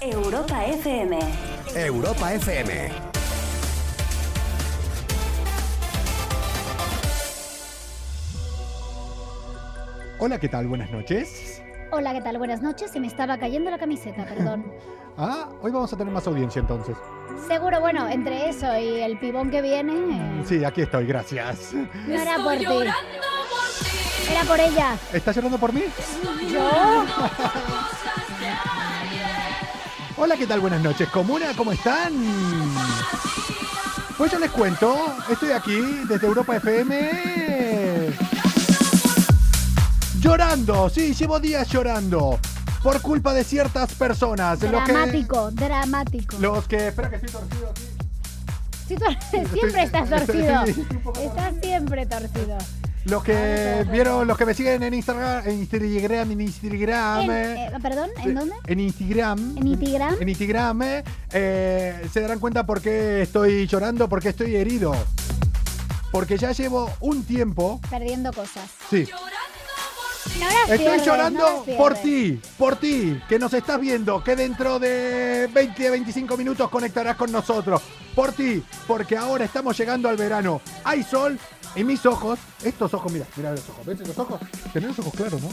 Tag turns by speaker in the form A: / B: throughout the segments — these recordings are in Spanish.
A: Europa FM.
B: Europa FM. Hola, ¿qué tal? Buenas noches.
C: Hola, ¿qué tal? Buenas noches. Se me estaba cayendo la camiseta, perdón.
B: Ah, hoy vamos a tener más audiencia entonces.
C: Seguro, bueno, entre eso y el pibón que viene. eh,
B: Sí, aquí estoy, gracias.
C: No era por ti. Era por ella.
B: ¿Estás llorando por mí? Hola, ¿qué tal? Buenas noches, comuna, ¿cómo están? Pues yo les cuento, estoy aquí desde Europa FM. Llorando, sí, llevo días llorando. Por culpa de ciertas personas. Los que,
C: Dramático, dramático.
B: los que. Espera que estoy torcido aquí.
C: Sí, tor- siempre estás
B: estoy-
C: torcido.
B: estoy un poco
C: Estás siempre torcido.
B: Los
C: Ah,
B: que
C: no,
B: vieron, los que me siguen en Instagram, en Instagram, en Instagram.
C: En-
B: eh,
C: eh, perdón,
B: eh,
C: ¿en dónde?
B: En Instagram.
C: ¿En Instagram?
B: En Instagram, eh, eh, se darán cuenta por qué estoy llorando, por qué estoy herido. Porque ya llevo un tiempo.
C: Perdiendo cosas.
B: Sí.
C: No las
B: Estoy
C: cierres, no
B: llorando
C: las cierres.
B: por ti, por ti, que nos estás viendo, que dentro de 20 a 25 minutos conectarás con nosotros. Por ti, porque ahora estamos llegando al verano. Hay sol y mis ojos, estos ojos, mira, mira los ojos, ¿ves los ojos? Tenés los ojos claros, ¿no?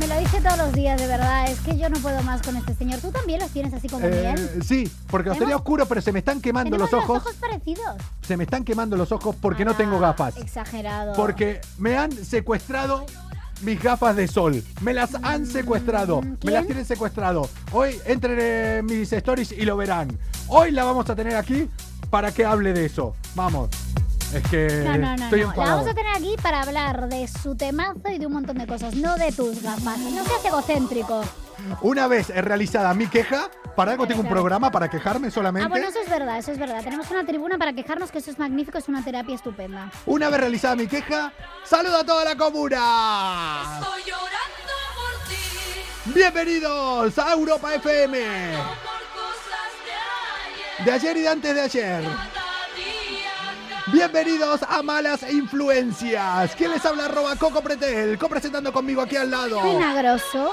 C: Me lo dice todos los días, de verdad. Es que yo no puedo más con este señor. ¿Tú también los tienes así como
B: Eh,
C: bien?
B: sí, porque los tenía
C: Tenemos-
B: oscuros, pero se me están quemando
C: Tenemos
B: los ojos.
C: parecidos.
B: Se me están quemando los ojos porque no
C: Ah,
B: tengo gafas.
C: Exagerado.
B: Porque me han secuestrado mis gafas de sol. Me las han secuestrado.
C: Mm, ¿quién?
B: Me las tienen secuestrado. Hoy entren en mis stories y lo verán. Hoy la vamos a tener aquí para que hable de eso. Vamos. Es que
C: No, no,
B: Eh,
C: no,
B: estoy
C: no. La
B: enfadado.
C: vamos a tener aquí para hablar de su temazo y de un montón de cosas, no de tus gafas. No seas egocéntrico.
B: Una vez realizada mi queja, para algo tengo un programa para quejarme solamente.
C: Ah, bueno, eso es verdad, eso es verdad. Tenemos una tribuna para quejarnos que eso es magnífico, es una terapia estupenda.
B: Una vez realizada mi queja, saludo a toda la comuna. Bienvenidos a Europa FM. De ayer y de antes de ayer. Bienvenidos a Malas Influencias. ¿Quién les habla? Arroba Coco Pretel, copresentando conmigo aquí al lado.
C: Vinagroso.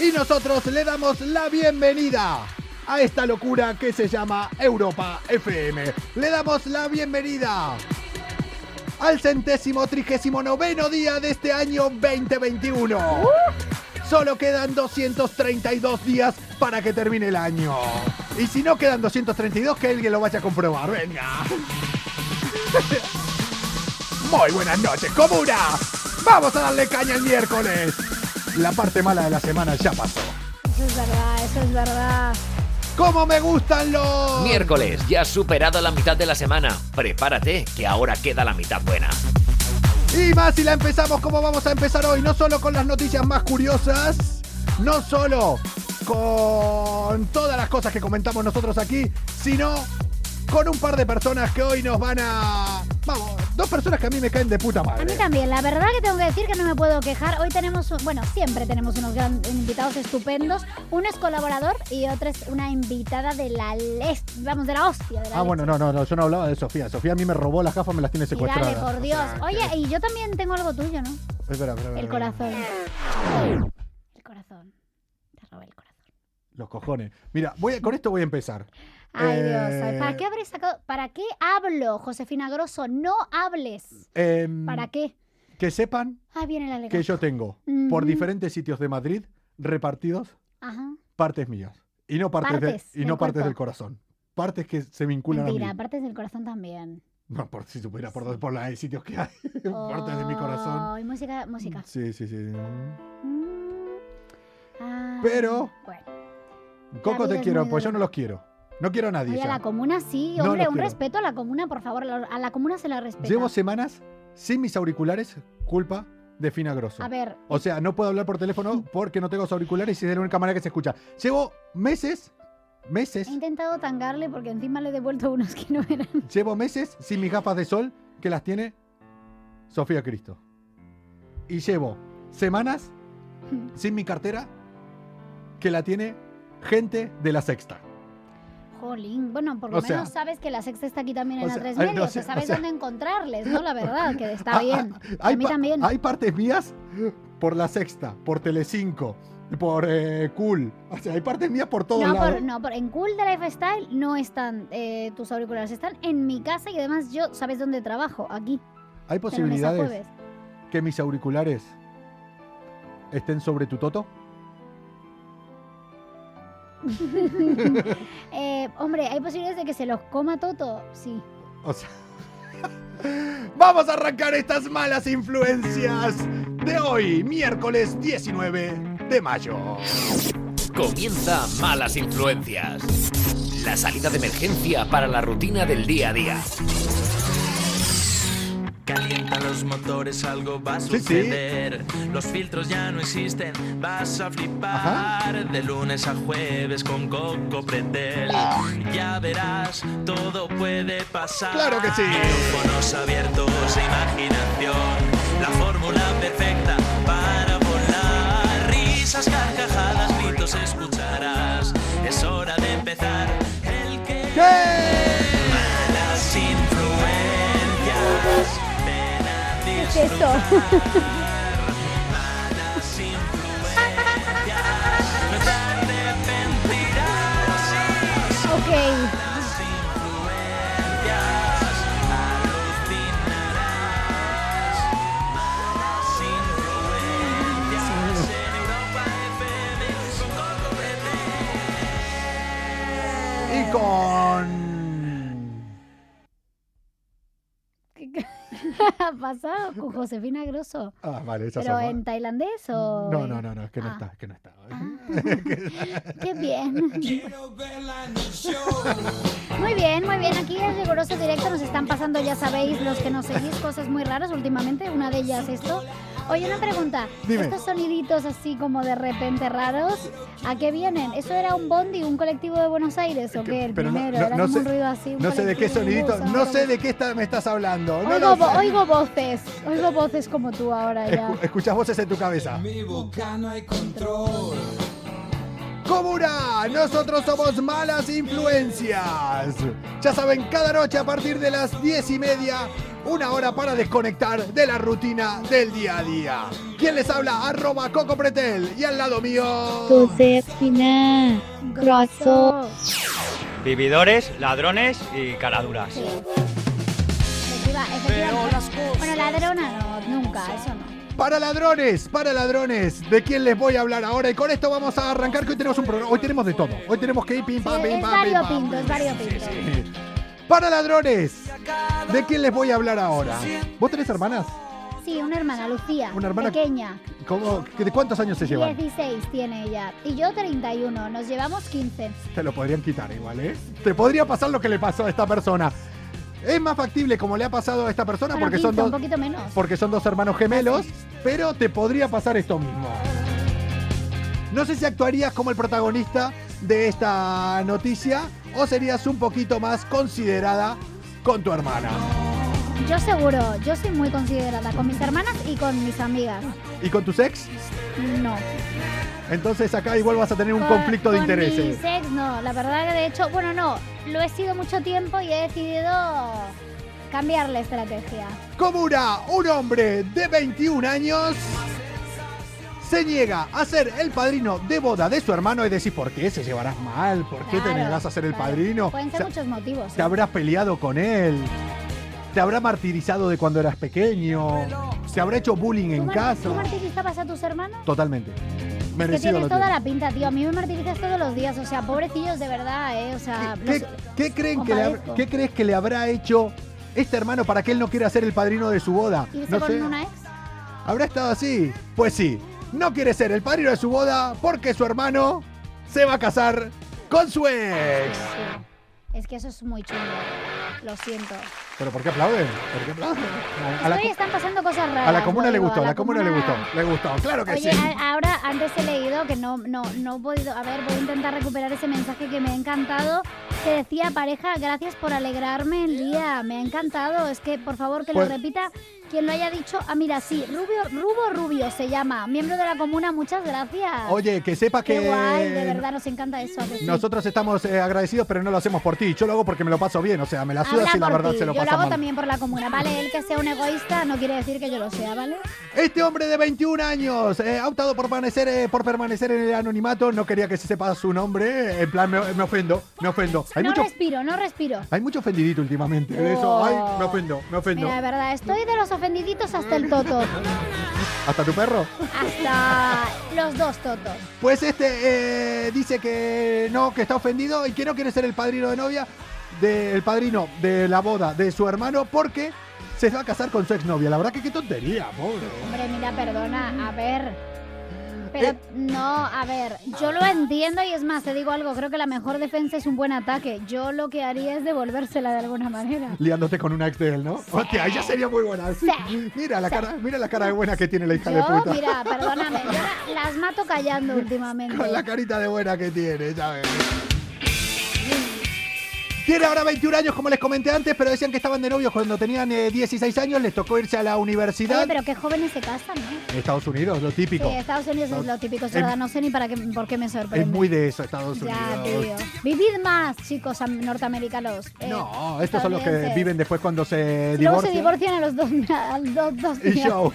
B: Y nosotros le damos la bienvenida a esta locura que se llama Europa FM. Le damos la bienvenida al centésimo trigésimo noveno día de este año 2021. Solo quedan 232 días para que termine el año. Y si no quedan 232, que alguien lo vaya a comprobar. Venga. Muy buenas noches, comuna. Vamos a darle caña el miércoles. La parte mala de la semana ya pasó.
C: Eso es verdad, eso es verdad.
B: ¿Cómo me gustan los
D: Miércoles, ya has superado la mitad de la semana. Prepárate, que ahora queda la mitad buena.
B: Y más si la empezamos como vamos a empezar hoy, no solo con las noticias más curiosas, no solo con todas las cosas que comentamos nosotros aquí, sino con un par de personas que hoy nos van a... Vamos, dos personas que a mí me caen de puta
C: A mí
B: madre.
C: también, la verdad que tengo que decir que no me puedo quejar. Hoy tenemos, un- bueno, siempre tenemos unos gran- invitados estupendos. Uno es colaborador y otra es una invitada de la les- vamos, de la hostia. De la
B: Ah, bueno,
C: leche.
B: no, no, no, yo no hablaba de Sofía. Sofía a mí me robó las gafas, me las tiene
C: Y
B: secuestradas.
C: dale, por Dios. Oye, y yo también tengo algo tuyo, ¿no?
B: Espera, espera, espera,
C: El
B: espera.
C: corazón. El corazón. Te robé el corazón.
B: Los cojones. Mira, voy a- con esto voy a empezar.
C: Ay,
B: Eh,
C: Dios. ay, ¿Para qué habré sacado? ¿Para qué hablo, Josefina Grosso? No hables.
B: Em,
C: ¿Para qué?
B: Que sepan
C: Ah, viene la
B: que
C: legal.
B: yo tengo por
C: Ujú.
B: diferentes sitios de Madrid repartidos
C: Ajá.
B: partes mías y no partes, de-
C: Partes
B: y no
C: del
B: partes
C: cuerpo.
B: del corazón. Partes que se vinculan
C: Mentira,
B: a mí.
C: partes del corazón también.
B: No, por si supiera por,
C: Sí.
B: por la de sitios que hay. partes de mi corazón.
C: Oh, y música, música.
B: Sí, sí, sí.
C: Mm. Ah,
B: Pero-
C: Bueno,
B: Coco,
C: vida
B: te
C: es
B: quiero,
C: muy
B: pues yo
C: dura.
B: no los quiero. No quiero a nadie.
C: oye, a
B: ya.
C: la comuna sí,
B: No
C: hombre,
B: lo
C: un
B: quiero.
C: respeto a la comuna, por favor. la- A la comuna se la respeta.
B: Llevo semanas sin mis auriculares, culpa de Fina Grosso.
C: A ver,
B: O sea, no puedo hablar por teléfono porque no tengo los auriculares y es la única manera que se escucha. Llevo meses, meses,
C: he intentado tangarle porque encima le he devuelto unos que no eran.
B: llevo meses sin mis gafas de sol que las tiene Sofía Cristo. Y llevo semanas sin mi cartera que la tiene gente de la sexta.
C: Jolín, bueno, por lo
B: O sea-
C: menos sabes que la sexta está aquí también
B: o
C: en
B: sea,
C: A3
B: ay,
C: Media,
B: no
C: o
B: sé,
C: sea,
B: o
C: sabes
B: sea-
C: dónde encontrarles, ¿no? La verdad, que está
B: Ah,
C: bien.
B: ah, hay
C: a mí
B: pa-
C: también.
B: Hay partes mías por la sexta, por Telecinco, por eh, cool. O sea, hay partes mías por todos
C: No,
B: lados.
C: por, no por, en Cool de Lifestyle no están eh, tus auriculares, están en mi casa y además yo, ¿sabes dónde trabajo? Aquí,
B: ¿Hay
C: de lunes a
B: posibilidades
C: jueves.
B: que mis auriculares estén sobre tu toto?
C: Eh, hombre, ¿hay posibilidades de que se los coma Toto? Sí.
B: O sea. Vamos a arrancar estas malas influencias de hoy, miércoles 19 de mayo.
D: Comienza Malas Influencias. La salida de emergencia para la rutina del día a día.
A: Calienta los motores, algo va a
B: Sí, sí.
A: suceder. Los filtros ya no existen, vas a flipar. De lunes a jueves con Coco Pretel. Ya verás, todo puede pasar.
B: Claro que sí.
A: Micrófonos abiertos e imaginación. La fórmula perfecta para volar. Risas, carcajadas, gritos escucharás. Es hora de empezar el que.
B: ¿Qué?
A: Malas influencias. Ven a
C: ¿Qué es esto?
A: malas influencias. No te arrepentirás.
C: ok.
A: Malas influencias. Alucinarás. Malas influencias. En Europa FM. Coco Bebé.
B: Y con.
C: ¿Qué ha pasado con Josefina Grosso?
B: Ah, vale, esa
C: ¿Pero
B: son-
C: en tailandés o...?
B: No, no, no, no, es que no
C: Ah.
B: está, es que no está.
C: Qué bien. Muy bien, muy bien. Aquí en Riguroso Directo nos están pasando, ya sabéis, los que nos seguís, cosas muy raras últimamente. Una de ellas esto. Oye, una pregunta.
B: Dime.
C: Estos soniditos así como de repente raros, ¿a qué vienen? ¿Eso era un bondi, un colectivo de Buenos Aires o
B: Que-
C: qué? El
B: pero no-
C: primero,
B: no-
C: era
B: no
C: como
B: sé-
C: un ruido así. un
B: No sé de qué
C: colectivo, un
B: sonidito, no
C: bus,
B: sé
C: autobús.
B: de qué está- me estás hablando. No
C: Oigo,
B: lo
C: vo-
B: sé.
C: oigo voces, oigo voces como tú ahora ya.
B: Escu- escuchas voces en tu cabeza.
E: Mi boca no hay control.
B: Comuna, nosotros somos malas influencias. Ya saben, cada noche a partir de las diez y media, una hora para desconectar de la rutina del día a día. ¿Quién les habla? Arroba Coco Pretel y al lado mío.
F: Josefina Grosso.
G: vividores, ladrones y caraduras.
C: Sí. Efectiva- efectivamente. Bueno, ladrona no, nunca, eso no.
B: Para ladrones, para ladrones, de quién les voy a hablar ahora. Y con esto vamos a arrancar que hoy tenemos un programa. Hoy tenemos de todo. Hoy tenemos que ir pim
C: Sí,
B: pam, pim
C: es
B: pam, pim pam.
C: variopinto, es variopinto.
B: Para ladrones, ¿de quién les voy a hablar ahora? ¿Vos tenés hermanas?
C: Sí, una hermana, Lucía.
B: Una hermana-
C: Pequeña.
B: ¿Cómo- ¿De cuántos años se llevan?
C: 16 tiene ella. Y yo 31. Nos llevamos 15.
B: Te lo podrían quitar igual, ¿eh? Te podría pasar lo que le pasó a esta persona. Es más factible como le ha pasado a esta persona
C: Bueno,
B: porque
C: 15,
B: son dos
C: un poquito menos.
B: porque son dos hermanos gemelos, pero te podría pasar esto mismo. No sé si actuarías como el protagonista de esta noticia o serías un poquito más considerada con tu hermana
C: Yo seguro, yo soy muy considerada con mis hermanas y con mis amigas.
B: y con tus ex.
C: No.
B: Entonces acá igual vas a tener un
C: Con-
B: conflicto de
C: con
B: intereses.
C: Mis ex, no. La verdad que de hecho, bueno, no. Lo he sido mucho tiempo y he decidido cambiar la estrategia.
B: Comuna, un hombre de 21 años, se niega a ser el padrino de boda de su hermano. Es decir, ¿por qué se llevarás mal? ¿Por qué te
C: Claro,
B: negas a ser el
C: claro.
B: padrino?
C: Pueden
B: O
C: ser
B: sea,
C: muchos motivos. ¿eh?
B: te habrás peleado con él. Te habrá martirizado de cuando eras pequeño. Se habrá hecho bullying
C: ¿Tú
B: en
C: mar-
B: casa.
C: ¿Tú martirizabas a tus hermanos?
B: Totalmente.
C: Que
B: Merecido
C: tienes
B: lo
C: toda
B: tuyo.
C: la pinta, tío. A mí me martirizas todos los días. O sea, pobrecillos de verdad, ¿eh? O sea,
B: ¿Qué,
C: los-
B: qué creen que le hab-
C: compadezco.
B: qué crees que le habrá hecho este hermano para que él no quiera ser el padrino de su boda?
C: irse
B: No
C: con
B: sé.
C: una ex.
B: ¿Habrá estado así? Pues sí, no quiere ser el padrino de su boda porque su hermano se va a casar con su ex.
C: Sí. Es que eso es muy chungo. Lo siento.
B: ¿Pero por qué aplauden? ¿Por qué aplauden? A la,
C: Hoy están pasando cosas raras.
B: a la comuna
C: lo
B: le
C: digo,
B: gustó, a la comuna le gustó, le gustó, claro que
C: Oye,
B: sí.
C: a- ahora antes he leído que no, no, no he podido. A ver, voy a intentar recuperar ese mensaje que me ha encantado. que decía pareja, gracias por alegrarme el día, me ha encantado. Es que por favor que
B: Pues-
C: lo repita quien lo haya dicho. Ah, mira, sí, Rubio, Rubo Rubio se llama, miembro de la comuna, muchas gracias.
B: Oye, que sepa que.
C: Qué guay, de verdad nos encanta eso. ¿a que sí?
B: Nosotros estamos eh, agradecidos, pero no lo hacemos por ti. Yo lo hago porque me lo paso bien. O sea, me la
C: Habla
B: suda si la
C: por
B: verdad
C: ti,
B: se lo
C: Yo lo
B: pasa
C: hago
B: mal.
C: también por la comuna, ¿vale? El que sea un egoísta no quiere decir que yo lo sea, ¿vale?
B: Este hombre de 21 años eh, ha optado por permanecer, eh, por permanecer en el anonimato. No quería que se sepa su nombre. eh, En plan, me, me ofendo, me ofendo. Hay
C: no
B: mucho,
C: respiro, no respiro.
B: hay mucho ofendidito últimamente. de eso,
C: Oh.
B: ay, me ofendo, me ofendo.
C: Mira, de verdad, estoy de los ofendiditos hasta el toto.
B: ¿Hasta tu perro?
C: Hasta los dos totos.
B: Pues este eh, dice que no, que está ofendido y que no quiere ser el padrino de novia, del padrino de la boda de su hermano porque se va a casar con su exnovia. La verdad que qué tontería, pobre.
C: Hombre, mira, perdona, a ver. Pero
B: Eh.
C: no, a ver, yo lo entiendo y es más, te digo algo, creo que la mejor defensa es un buen ataque. Yo lo que haría es devolvérsela de alguna manera.
B: Liándote con una ex de él, ¿no? Hostia, ella sería muy buena. sí.
C: Sí.
B: Mira la cara, mira la cara de buena que tiene la hija de
C: Yo,
B: puta.
C: mira, perdóname, yo la- las mato callando últimamente. Eh,
B: Con la carita de buena que tiene, ¿sabes? Tiene ahora 21 años, como les comenté antes, pero decían que estaban de novios cuando tenían eh, 16 años, les tocó irse a la universidad.
C: Oye, pero qué jóvenes se casan, ¿eh?
B: En Estados Unidos, lo
C: Sí,
B: típico.
C: Estados Unidos es lo típico, es
B: Em-
C: verdad, no sé ni para qué, por qué me sorprende.
B: Es muy de eso, Estados
C: Ya,
B: Unidos.
C: tío. Vivid más, chicos am- norteamericanos. eh,
B: No, estos son los que
C: estadounidenses.
B: viven después cuando se
C: Luego se
B: divorcian.
C: divorcian a los dos, a los dos- dos
B: Y
C: días.
B: show.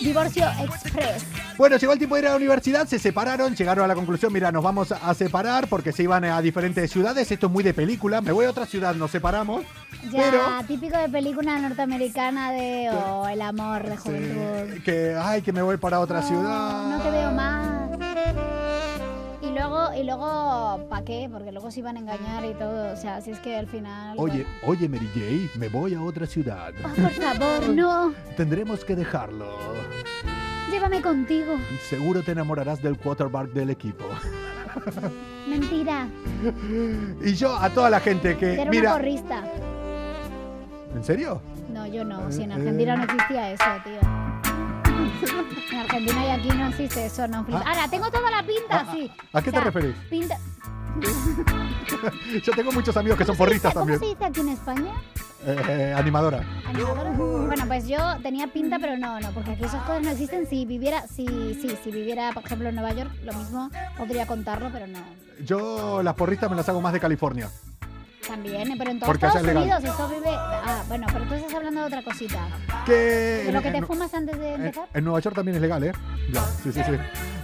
C: Divorcio express.
B: Bueno, llegó el tiempo de ir a la universidad, se separaron, llegaron a la conclusión, mira, nos vamos a separar porque se iban a diferentes ciudades, esto es muy de película, me voy a otra ciudad, nos separamos,
C: Ya,
B: pero...
C: típico de película norteamericana de oh, el amor de juventud.
B: Sí, que, ay, que me voy para otra
C: No,
B: ciudad.
C: No te veo más. Y luego, y luego, ¿para qué? Porque luego se iban a engañar y todo. O sea, si es que al final.
B: Oye, oye Mary J, me voy a otra ciudad.
C: bueno. Oh, por favor, no.
B: Tendremos que dejarlo.
C: Llévame contigo.
B: Seguro te enamorarás del quarterback del equipo.
C: Mentira.
B: Y yo a toda la gente que...
C: Era una
B: Eh, Mira,
C: porrista.
B: ¿en serio?
C: No, yo no.
B: Eh,
C: Si en Argentina no existía eso, tío. En Argentina y aquí no existe eso, no. flipa. Ahora, tengo toda la
B: Ah,
C: pinta, sí.
B: ¿a qué te referís?
C: Pinta...
B: Yo tengo muchos amigos que son
C: ¿Cómo se dice-
B: porristas también.
C: ¿Cómo se dice aquí en España?
B: Eh, animadora.
C: ¿Animadora? Bueno, pues yo tenía pinta, pero no, no, porque aquí esas cosas no existen. Si viviera, si, sí, si viviera, por ejemplo, en Nueva York, lo mismo podría contarlo, pero no.
B: Yo las porristas me las hago más de California.
C: También, eh, pero en todos
B: Porque allá
C: Estados
B: es legal.
C: Unidos esto vive. Ah, bueno, pero tú estás hablando de otra cosita.
B: Que
C: De lo que te
B: en-
C: fumas antes de
B: en,
C: empezar.
B: Eh, en Nueva York también es legal, ¿eh? Ya, sí, sí, sí.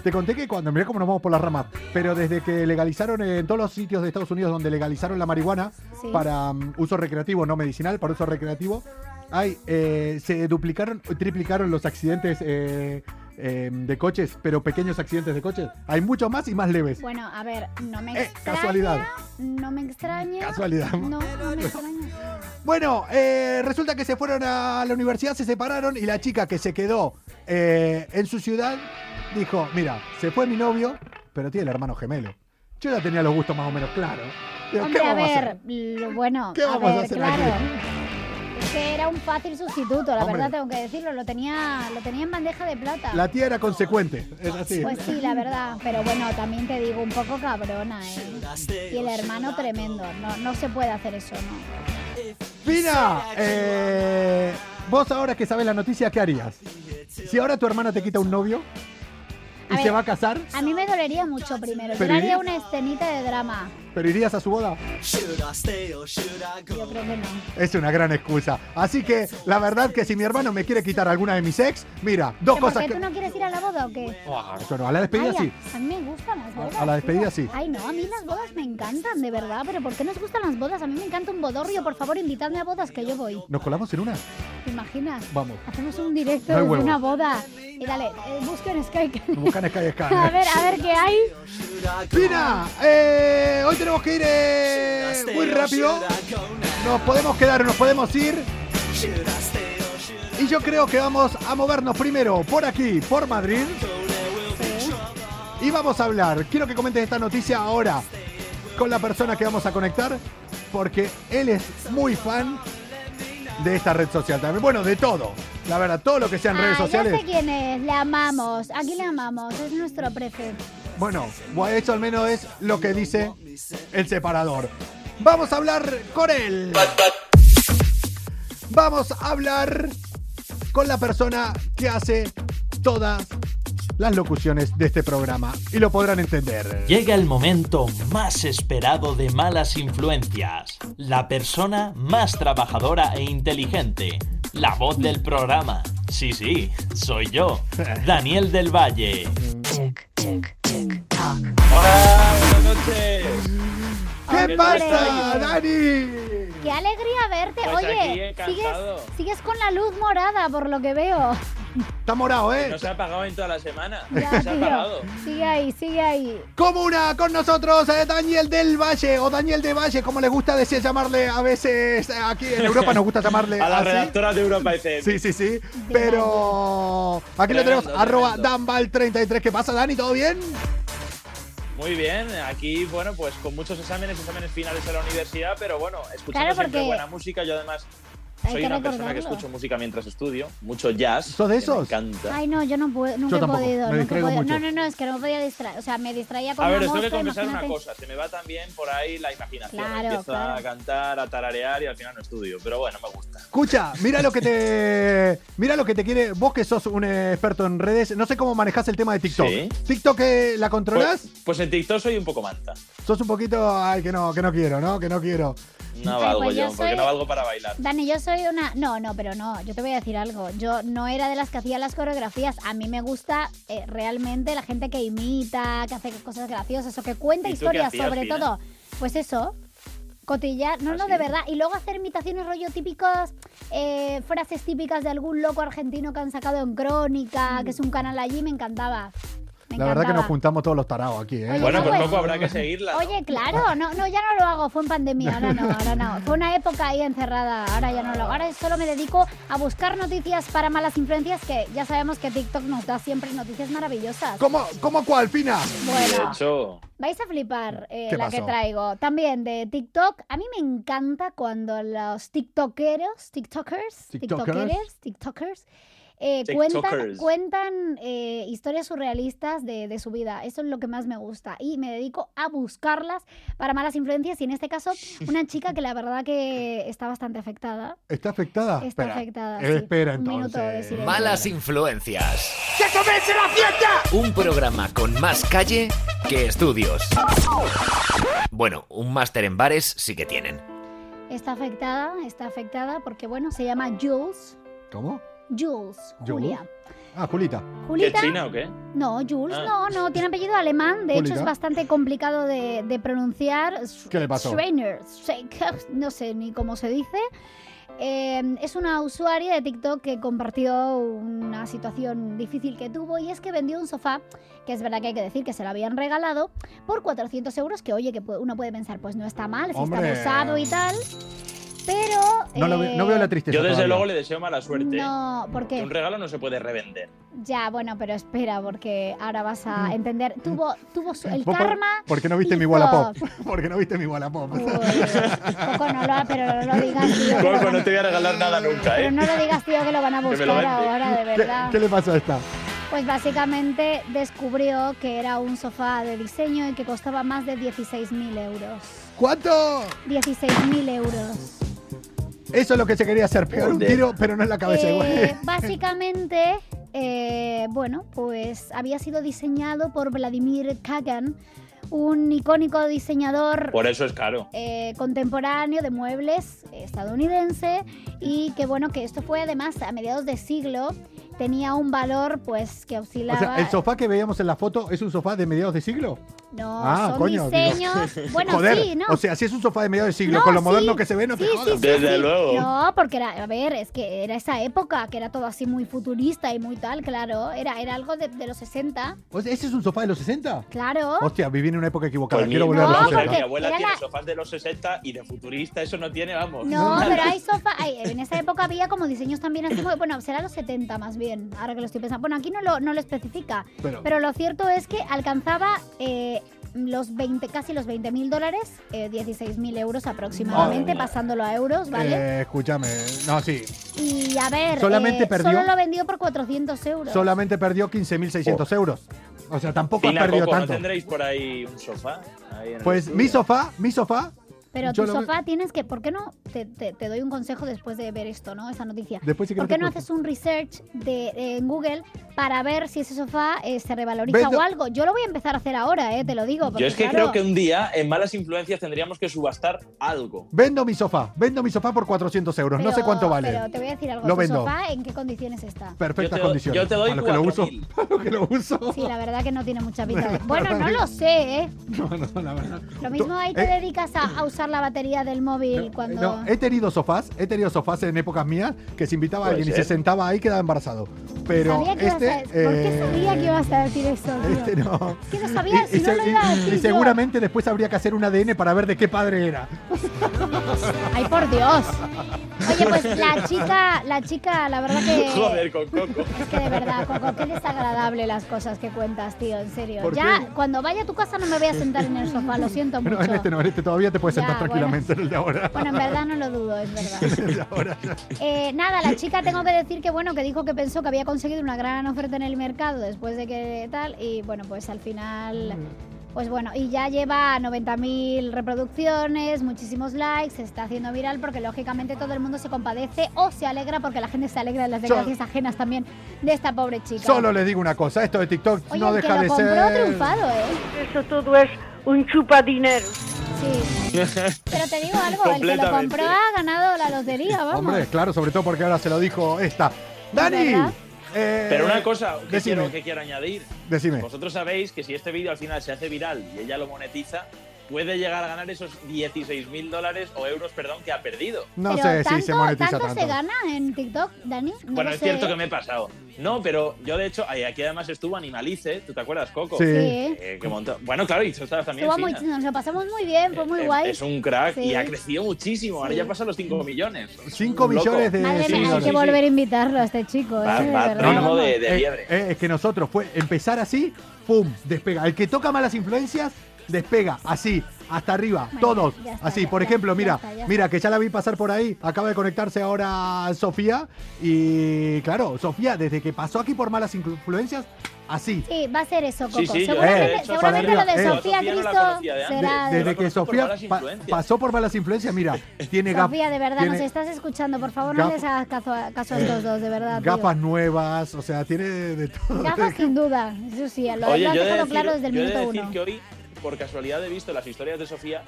B: Te conté que cuando, mirá cómo nos vamos por las ramas, pero desde que legalizaron eh, en todos los sitios de Estados Unidos donde legalizaron la marihuana
C: Sí.
B: para mm, uso recreativo, no medicinal, para uso recreativo, hay, eh, se duplicaron, triplicaron los accidentes eh, eh, de coches, pero pequeños accidentes de coches. Hay muchos más y más leves.
C: Bueno, a ver, no me
B: Eh,
C: extraña.
B: casualidad.
C: No me extraña.
B: Casualidad.
C: No, no me extraña.
B: Bueno, eh, resulta que se fueron a la universidad, se separaron y la chica que se quedó eh, en su ciudad dijo, mira, se fue mi novio, pero tiene el hermano gemelo. Yo ya tenía los gustos más o menos claros. Digo,
C: Hombre, a
B: vamos a
C: ver,
B: hacer?
C: lo bueno,
B: ¿Qué
C: a
B: vamos a
C: ver,
B: hacer
C: claro.
B: aquí?
C: Es que era un fácil sustituto, la
B: Hombre.
C: verdad tengo que decirlo, lo tenía, lo tenía en bandeja de plata.
B: La tía era consecuente, es así.
C: Pues sí, la verdad. Pero bueno, también te digo, un poco cabrona, ¿eh? Y el hermano tremendo. No, no se puede hacer eso, ¿no?
B: Fina, eh, vos ahora que sabes la noticia, ¿qué harías? Si ahora tu hermana te quita un novio y
C: A
B: se
C: ver.
B: va a casar,
C: A mí me dolería mucho primero. Yo
B: Pero
C: le haría
B: ¿y?
C: una escenita de drama.
B: pero irías a su boda.
C: Yo creo que no.
B: Es una gran excusa. Así que la verdad que si mi hermano me quiere quitar alguna de mis ex, mira, dos
C: ¿Que
B: cosas
C: ¿Porque
B: que...
C: tú no quieres ir a la boda o qué?
B: Ah, Yo no, a la despedida
C: Ay,
B: sí.
C: a, a mí me gustan las bodas.
B: a la despedida
C: tío.
B: sí.
C: Ay, no, a mí las bodas me encantan, de verdad. Pero ¿por qué nos gustan las bodas? A mí me encanta un bodorrio. Por favor, invitadme a bodas que yo voy.
B: ¿Nos colamos en una?
C: ¿Te imaginas?
B: Vamos.
C: Hacemos un directo
B: No hay
C: de
B: huevos.
C: una boda. Y dale, eh, busca en Skype.
B: Buscan Sky Sky.
C: a ver, a ver qué hay.
B: Fina, eh, hoy tenemos que ir eh, muy rápido. Nos podemos quedar, nos podemos ir. Y yo creo que vamos a movernos primero por aquí, por Madrid.
C: Sí.
B: Y vamos a hablar. Quiero que comentes esta noticia ahora con la persona que vamos a conectar. Porque él es muy fan de esta red social también. Bueno, de todo. La verdad, todo lo que sea en redes
C: Ah,
B: sociales.
C: Ya sé quién es, le amamos, aquí le amamos, es nuestro prefe.
B: Bueno, bueno, eso al menos es lo que dice el separador. Vamos a hablar con él. Vamos a hablar con la persona que hace todas las locuciones de este programa y lo podrán entender.
H: Llega el momento más esperado de malas influencias. La persona más trabajadora e inteligente. La voz del programa. Sí, sí, soy yo, Daniel del Valle.
I: Hola, buenas noches. Ah,
B: ¿Qué
C: Hombre.
B: pasa, Dani?
C: ¡Qué alegría verte!
I: Pues aquí,
C: Oye,
I: eh,
C: sigues,
I: cansado.
C: sigues con la luz morada por lo que veo.
B: Está morado, ¿eh?
I: No se ha apagado en toda la semana.
C: Ya,
I: no se ha apagado.
C: tío. Sigue ahí, sigue ahí.
B: Comuna con nosotros, eh, Daniel del Valle o Daniel de Valle, como le gusta decir llamarle a veces eh, aquí en Europa, nos gusta llamarle
I: A las
B: así.
I: redactoras de Europa FM.
B: ¿Ah, Sí, sí, sí. Pero aquí lo tenemos,
I: Tremendo,
B: arroba
I: tremendo.
B: danbal33. ¿Qué pasa, Dani? ¿Todo bien?
I: Muy bien, aquí, bueno, pues con muchos exámenes, exámenes finales de la universidad, pero bueno, escuchando
C: Claro,
I: siempre
C: porque-
I: buena música. Yo además
C: Hay
I: soy
C: que
I: una persona que
C: recordarlo.
I: escucho música mientras estudio, mucho jazz.
B: ¿Sos de
I: que
B: esos?
I: Me encanta.
C: Ay, no, yo no puedo, nunca he
B: tampoco,
C: podido.
B: me
C: nunca he
B: distraigo
C: podido.
B: mucho.
C: No, no, no, es que no podía distraer. O sea, me distraía con
I: A ver,
C: una
I: os tengo que
C: mosca,
I: confesar una
C: imagínate.
I: cosa, se me va también por ahí la imaginación.
C: Claro,
I: Empiezo
C: claro.
I: a cantar, a tararear y al final no estudio, pero bueno, me gusta.
B: Escucha, mira lo que te. Mira lo que te quiere. Vos que sos un eh, experto en redes, no sé cómo manejás el tema de TikTok.
I: Sí.
B: ¿TikTok eh, la controlás?
I: Pues, pues en TikTok soy un poco manta.
B: Sos un poquito. Ay, que no, que no quiero, ¿no? Que no quiero.
I: No
C: Ay,
I: valgo
C: pues yo
I: yo, porque
C: soy-
I: no valgo para bailar.
C: Dani, yo soy una. No, no, pero no. Yo te voy a decir algo. Yo no era de las que hacía las coreografías. A mí me gusta eh, realmente la gente que imita, que hace cosas graciosas o que cuenta
I: ¿Y tú qué
C: historias,
I: hacías,
C: sobre
I: Pina?
C: todo. Pues eso. Cotillar, no,
I: ¿Ah,
C: no,
I: sí?
C: de verdad. Y luego hacer imitaciones rollo típicas, eh, frases típicas de algún loco argentino que han sacado en Crónica, que es un canal allí, me encantaba. Me
B: Mm. la verdad que nos
C: encantaba.
B: juntamos todos los tarados aquí, ¿eh?
C: Oye,
I: Bueno,
C: no,
I: pues
C: pues-
I: poco habrá que seguirla. ¿no?
C: Oye, claro, no, no, ya no lo hago, fue en pandemia, ahora no, ahora no. Fue una época ahí encerrada, ahora ya no lo hago. Ahora solo me dedico a buscar noticias para malas influencias, que ya sabemos que TikTok nos da siempre noticias maravillosas.
B: ¿Cómo, ¿Cómo cuál, Pina?
I: De
C: Bueno,
I: hecho,
C: vais a flipar eh,
B: Mm. ¿Qué
C: la que
B: pasó?
C: traigo. También de TikTok, a mí me encanta cuando los tiktokeros, tiktokers,
B: ¿Tiktokers?
C: tiktokeres, tiktokers, eh, cuentan,
I: Tiktokers.
C: cuentan eh, historias surrealistas de, de su vida. Eso es lo que más me gusta. Y me dedico a buscarlas para malas influencias. Y en este caso, una chica que la verdad que está bastante afectada.
B: ¿Está afectada?
C: Está
B: Espera.
C: afectada,
B: Eh,
C: sí.
B: Espera,
C: Un minuto de
B: entonces.
C: silencio.
D: Malas influencias. ¡Que comience la fiesta! Un programa con más calle que estudios. Bueno, un máster en bares sí que tienen.
C: Está afectada, está afectada porque, bueno, se llama Jules.
B: ¿Cómo?
C: Jules,
B: ¿Jules?
C: Julia.
B: Ah, Julita.
I: ¿qué
C: Julita.
I: china o qué?
C: No, Jules,
I: Ah.
C: no, no, tiene apellido alemán, de hecho
B: Julita.
C: es bastante complicado de, de pronunciar.
B: ¿Qué le pasó?
C: Schreiner, Schreiner, no sé ni cómo se dice. Eh, es una usuaria de TikTok que compartió una situación difícil que tuvo y es que vendió un sofá, que es verdad que hay que decir que se lo habían regalado, por 400 euros, que oye, que pu- uno puede pensar, pues no está mal, si
B: Hombre.
C: está usado y tal, pero...
B: No, la ve- no
C: eh,
B: veo la tristeza.
I: Yo desde
B: todavía.
I: luego le deseo mala suerte.
C: No, ¿por
I: Que
C: qué?
I: un regalo no se puede revender.
C: Ya, bueno, pero espera, porque ahora vas
B: Mm.
C: a entender. Tuvo, tuvo su- el
B: ¿Vos por-
C: karma.
B: ¿Por qué no viste mi
C: hizo-
B: Wallapop? ¿Por qué no viste mi Wallapop?
C: Uy, Coco, no lo, pero no lo digas, tío. que lo
I: Coco,
C: van a-
I: no te voy a regalar nada nunca,
C: Pero
I: ¿eh?
C: no lo digas, tío, que lo van a
I: Que me
C: buscar
I: lo vende.
C: ahora, de
B: ¿Qué,
C: verdad.
B: qué le pasó a esta?
C: Pues básicamente descubrió que era un sofá de diseño y que costaba más de 16.000 euros.
B: ¿Cuánto?
C: 16.000 euros.
B: Eso es lo que se quería hacer, pegar un
I: Joder.
B: tiro, pero no en la cabeza
C: Eh,
B: igual.
C: Básicamente, eh, bueno, pues había sido diseñado por Vladimir Kagan, un icónico diseñador
I: Por eso es caro.
C: eh, contemporáneo de muebles eh, estadounidense y que bueno que esto fue además a mediados de siglo tenía un valor pues que
B: O
C: oscilaba
B: sea, el sofá que veíamos en la foto es un sofá de mediados de siglo.
C: no
B: Ah,
C: son
B: coño, digo.
C: diseños bueno
B: Joder,
C: sí no
B: o sea, si es un sofá de mediados de siglo,
C: No,
B: con lo
C: sí,
B: moderno que se ve, no te
C: sí,
B: jodas.
C: sí, sí,
I: Desde
C: sí.
I: luego.
C: No, porque era, a ver, es que era esa época que era todo así muy futurista y muy tal, claro. Era, era algo de, de los 60,
B: O sea, ¿Ese es un sofá de los 60?
C: claro.
B: Hostia, viví en una época equivocada.
I: Pues
B: Quiero
I: mi-
B: volver a
C: no,
B: los
I: vamos,
B: 60.
I: mi
C: porque
I: abuela
C: era
I: tiene
C: la-
I: sofás de los 60 y de futurista, eso no tiene, vamos.
C: No, pero hay sofá. hay- en esa época había como diseños también así. muy- Bueno, será los 70 más bien, ahora que lo estoy pensando. Bueno, aquí no lo, no lo especifica.
B: Pero-
C: Pero, lo cierto es que alcanzaba eh, los 20, casi los 20 mil dólares, eh, 16 mil euros aproximadamente,
B: Madre mía.
C: pasándolo a euros, ¿vale?
B: Eh, escúchame. No, sí.
C: y a ver,
B: solamente
C: eh,
B: perdió-
C: solo lo vendió por 400 euros.
B: Solamente perdió 15.600 euros. O sea, tampoco
I: Fina,
B: has perdido
I: Coco, ¿no
B: tanto.
I: tendréis por ahí un sofá? Ahí en el
B: Pues mi
I: estudio?
B: sofá, mi sofá
C: Pero
B: Yo
C: tu
B: lo que-
C: sofá tienes que. ¿Por qué no? Te, te- te doy un consejo después de ver esto, ¿no? Esta noticia.
B: Después sí que
C: ¿Por
B: no te
C: qué no
B: cuento.
C: haces un research de, eh, en Google para ver si ese sofá eh, se revaloriza
B: ¿Ves?
C: o
B: Yo-
C: algo? Yo lo voy a empezar a hacer ahora, ¿eh? Te lo digo. porque,
I: Yo es que
C: claro,
I: creo que un día en malas influencias tendríamos que subastar algo.
B: Vendo mi sofá, vendo mi sofá por 400 euros, no sé
C: pero-
B: cuánto vale.
C: Pero te voy a decir algo.
B: Lo
C: ¿Tu
B: vendo.
C: sofá en qué condiciones está?
B: Perfectas
I: Yo te do-
B: condiciones.
I: yo te doy
B: para lo que lo uso.
I: 4.000.
B: Para lo que lo uso.
C: Sí, la verdad que no tiene mucha pinta. de- Bueno, no lo sé, ¿eh?
B: No, no, la verdad.
C: Lo mismo ahí te
B: Eh,
C: dedicas a, a usar la batería del móvil cuando.
B: No, eh, he tenido sofás, he tenido sofás en épocas mías que se invitaba a
I: Puede
B: alguien y
I: ser.
B: se sentaba ahí y quedaba embarazado. Pero
C: sabía que
B: este.
C: ibas a, ¿Por qué
B: eh,
C: sabía que ibas a decir eso, tío?
B: Este no.
C: Es que lo sabía, si no
B: se-
C: lo iba a decir
B: y
C: yo.
B: seguramente después habría que hacer un ADN para ver de qué padre era.
C: Ay, por Dios. Oye, pues la chica, la chica, la verdad que.
I: Joder, con Coco.
B: Eh,
C: Es que de verdad, Coco, qué desagradable las cosas que cuentas, tío, en serio.
B: ¿Por
C: Ya,
B: qué?
C: cuando vaya a tu casa no me voy a sentar en el sofá, lo siento mucho.
B: Bueno, en este no, en este todavía te puedes
C: Ya,
B: sentar
C: bueno.
B: tranquilamente en el de ahora.
C: Bueno, en verdad no lo dudo, es verdad.
B: El de ahora ya.
C: Eh, nada, la chica tengo que decir que bueno, que dijo que pensó que había conseguido una gran oferta en el mercado después de que tal, y bueno, pues al final, pues bueno, y ya lleva 90.000 reproducciones, muchísimos likes, se está haciendo viral porque lógicamente todo el mundo se compadece o se alegra porque la gente se alegra de las
B: Solo-
C: desgracias ajenas también de esta pobre chica.
B: Solo les digo una cosa, esto de TikTok
C: Oye,
B: no
C: el
B: deja
C: que
B: de
C: lo compró
B: ser.
C: triunfado, ¿eh?
J: Eso todo es un chupadinero.
C: Sí. Pero te digo algo, el que lo
I: Completamente.
C: compró ha ganado la lotería, vamos.
B: Hombre, claro, sobre todo porque ahora se lo dijo esta.
C: verdad?
B: ¡Dani! eh,
I: Pero una cosa
B: decime,
I: que
B: Eh.
I: quiero, que quiero añadir.
B: decime.
I: Vosotros sabéis que si este vídeo al final se hace viral y ella lo monetiza, puede llegar a ganar esos 16.000 dólares o euros, perdón, que ha perdido.
B: No
C: Pero
B: sé
C: tanto,
B: si se monetiza
C: tanto,
B: tanto.
C: se gana en TikTok, Dani? No
I: bueno,
C: lo
I: es
C: sé,
I: cierto
C: ¿eh?
I: que me he pasado. No, pero yo de hecho, ay, aquí además estuvo Animalice, ¿tú te acuerdas, Coco?
B: Sí.
C: Sí.
I: Eh, que montó- Bueno, claro, y tú estabas también.
C: Estuvo muy,
I: fina.
C: nos lo pasamos muy bien, fue muy
I: Eh,
C: guay.
I: Es un crack
C: Sí.
I: y ha crecido muchísimo. Ahora
C: Sí.
I: ya pasa los 5 millones.
B: 5
I: Un loco.
B: millones de
C: Madre mía, hay
B: seguidores.
C: que
I: sí, sí.
C: volver a invitarlo a este chico,
I: Va-
C: ¿eh? de
I: va,
C: verdad.
I: primo de- de
B: Eh,
I: liebre.
B: eh, es que nosotros fue empezar así, pum, despega. El que toca malas influencias, despega, así, hasta arriba,
C: Bueno,
B: todos.
C: ya está,
B: así,
C: ya,
B: por
C: ya,
B: ejemplo,
C: ya
B: mira,
C: está, ya
B: mira, que ya la vi pasar por ahí, acaba de conectarse ahora Sofía. Y claro, Sofía, desde que pasó aquí por malas influencias, así.
C: Sí, va a ser eso, Coco.
I: Sí, sí, yo-
C: seguramente
B: Eh, de hecho,
C: seguramente
B: para
C: lo de
B: arriba, eh.
C: Sofía
I: Sofía no la
C: Cristo
I: conocía de antes.
C: será...
I: De-
B: Desde
I: Yo
B: que
I: la conozco por
B: Sofía
I: malas
B: pa-
I: influencias.
B: pasó por malas influencias, mira, tiene gafas.
C: Sofía, de verdad, nos
B: tiene-
C: estás escuchando. Por favor,
B: Gaf-
C: no les hagas caso a, caso a estos dos, de verdad. tío.
B: Eh, Gafas nuevas, o sea, tiene de todo.
C: Gafas sin duda, eso sí, lo,
I: Oye,
C: lo has
I: yo he de
C: dejado
I: decir-
C: claro desde el
I: yo he de
C: minuto
I: decir
C: uno.
I: que hoy, por casualidad, he visto las historias de Sofía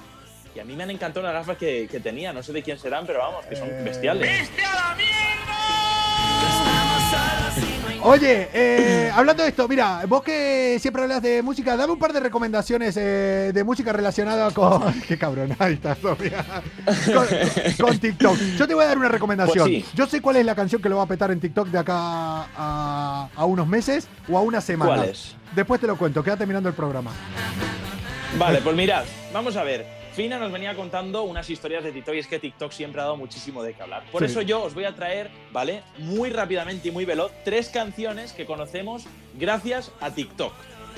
I: y a mí me han encantado las gafas que, que tenía. No sé de quién serán, pero vamos, que son
B: Eh,
I: bestiales.
B: Oye, eh, hablando de esto, mira, vos que siempre hablas de música, dame un par de recomendaciones eh, de música relacionada con. Qué cabrón, ahí está, Sofía. Con, con TikTok. Yo te voy a dar una recomendación.
I: Pues sí.
B: Yo sé cuál es la canción que lo va a petar en TikTok de acá a, a unos meses o a una semana.
I: ¿Cuál es?
B: Después te lo cuento, quédate mirando el programa.
I: Vale, pues mirad, vamos a ver. Fina nos venía contando unas historias de TikTok y es que TikTok siempre ha dado muchísimo de qué hablar. Por
B: Sí.
I: eso yo os voy a traer, ¿vale? Muy rápidamente y muy veloz, tres canciones que conocemos gracias a TikTok,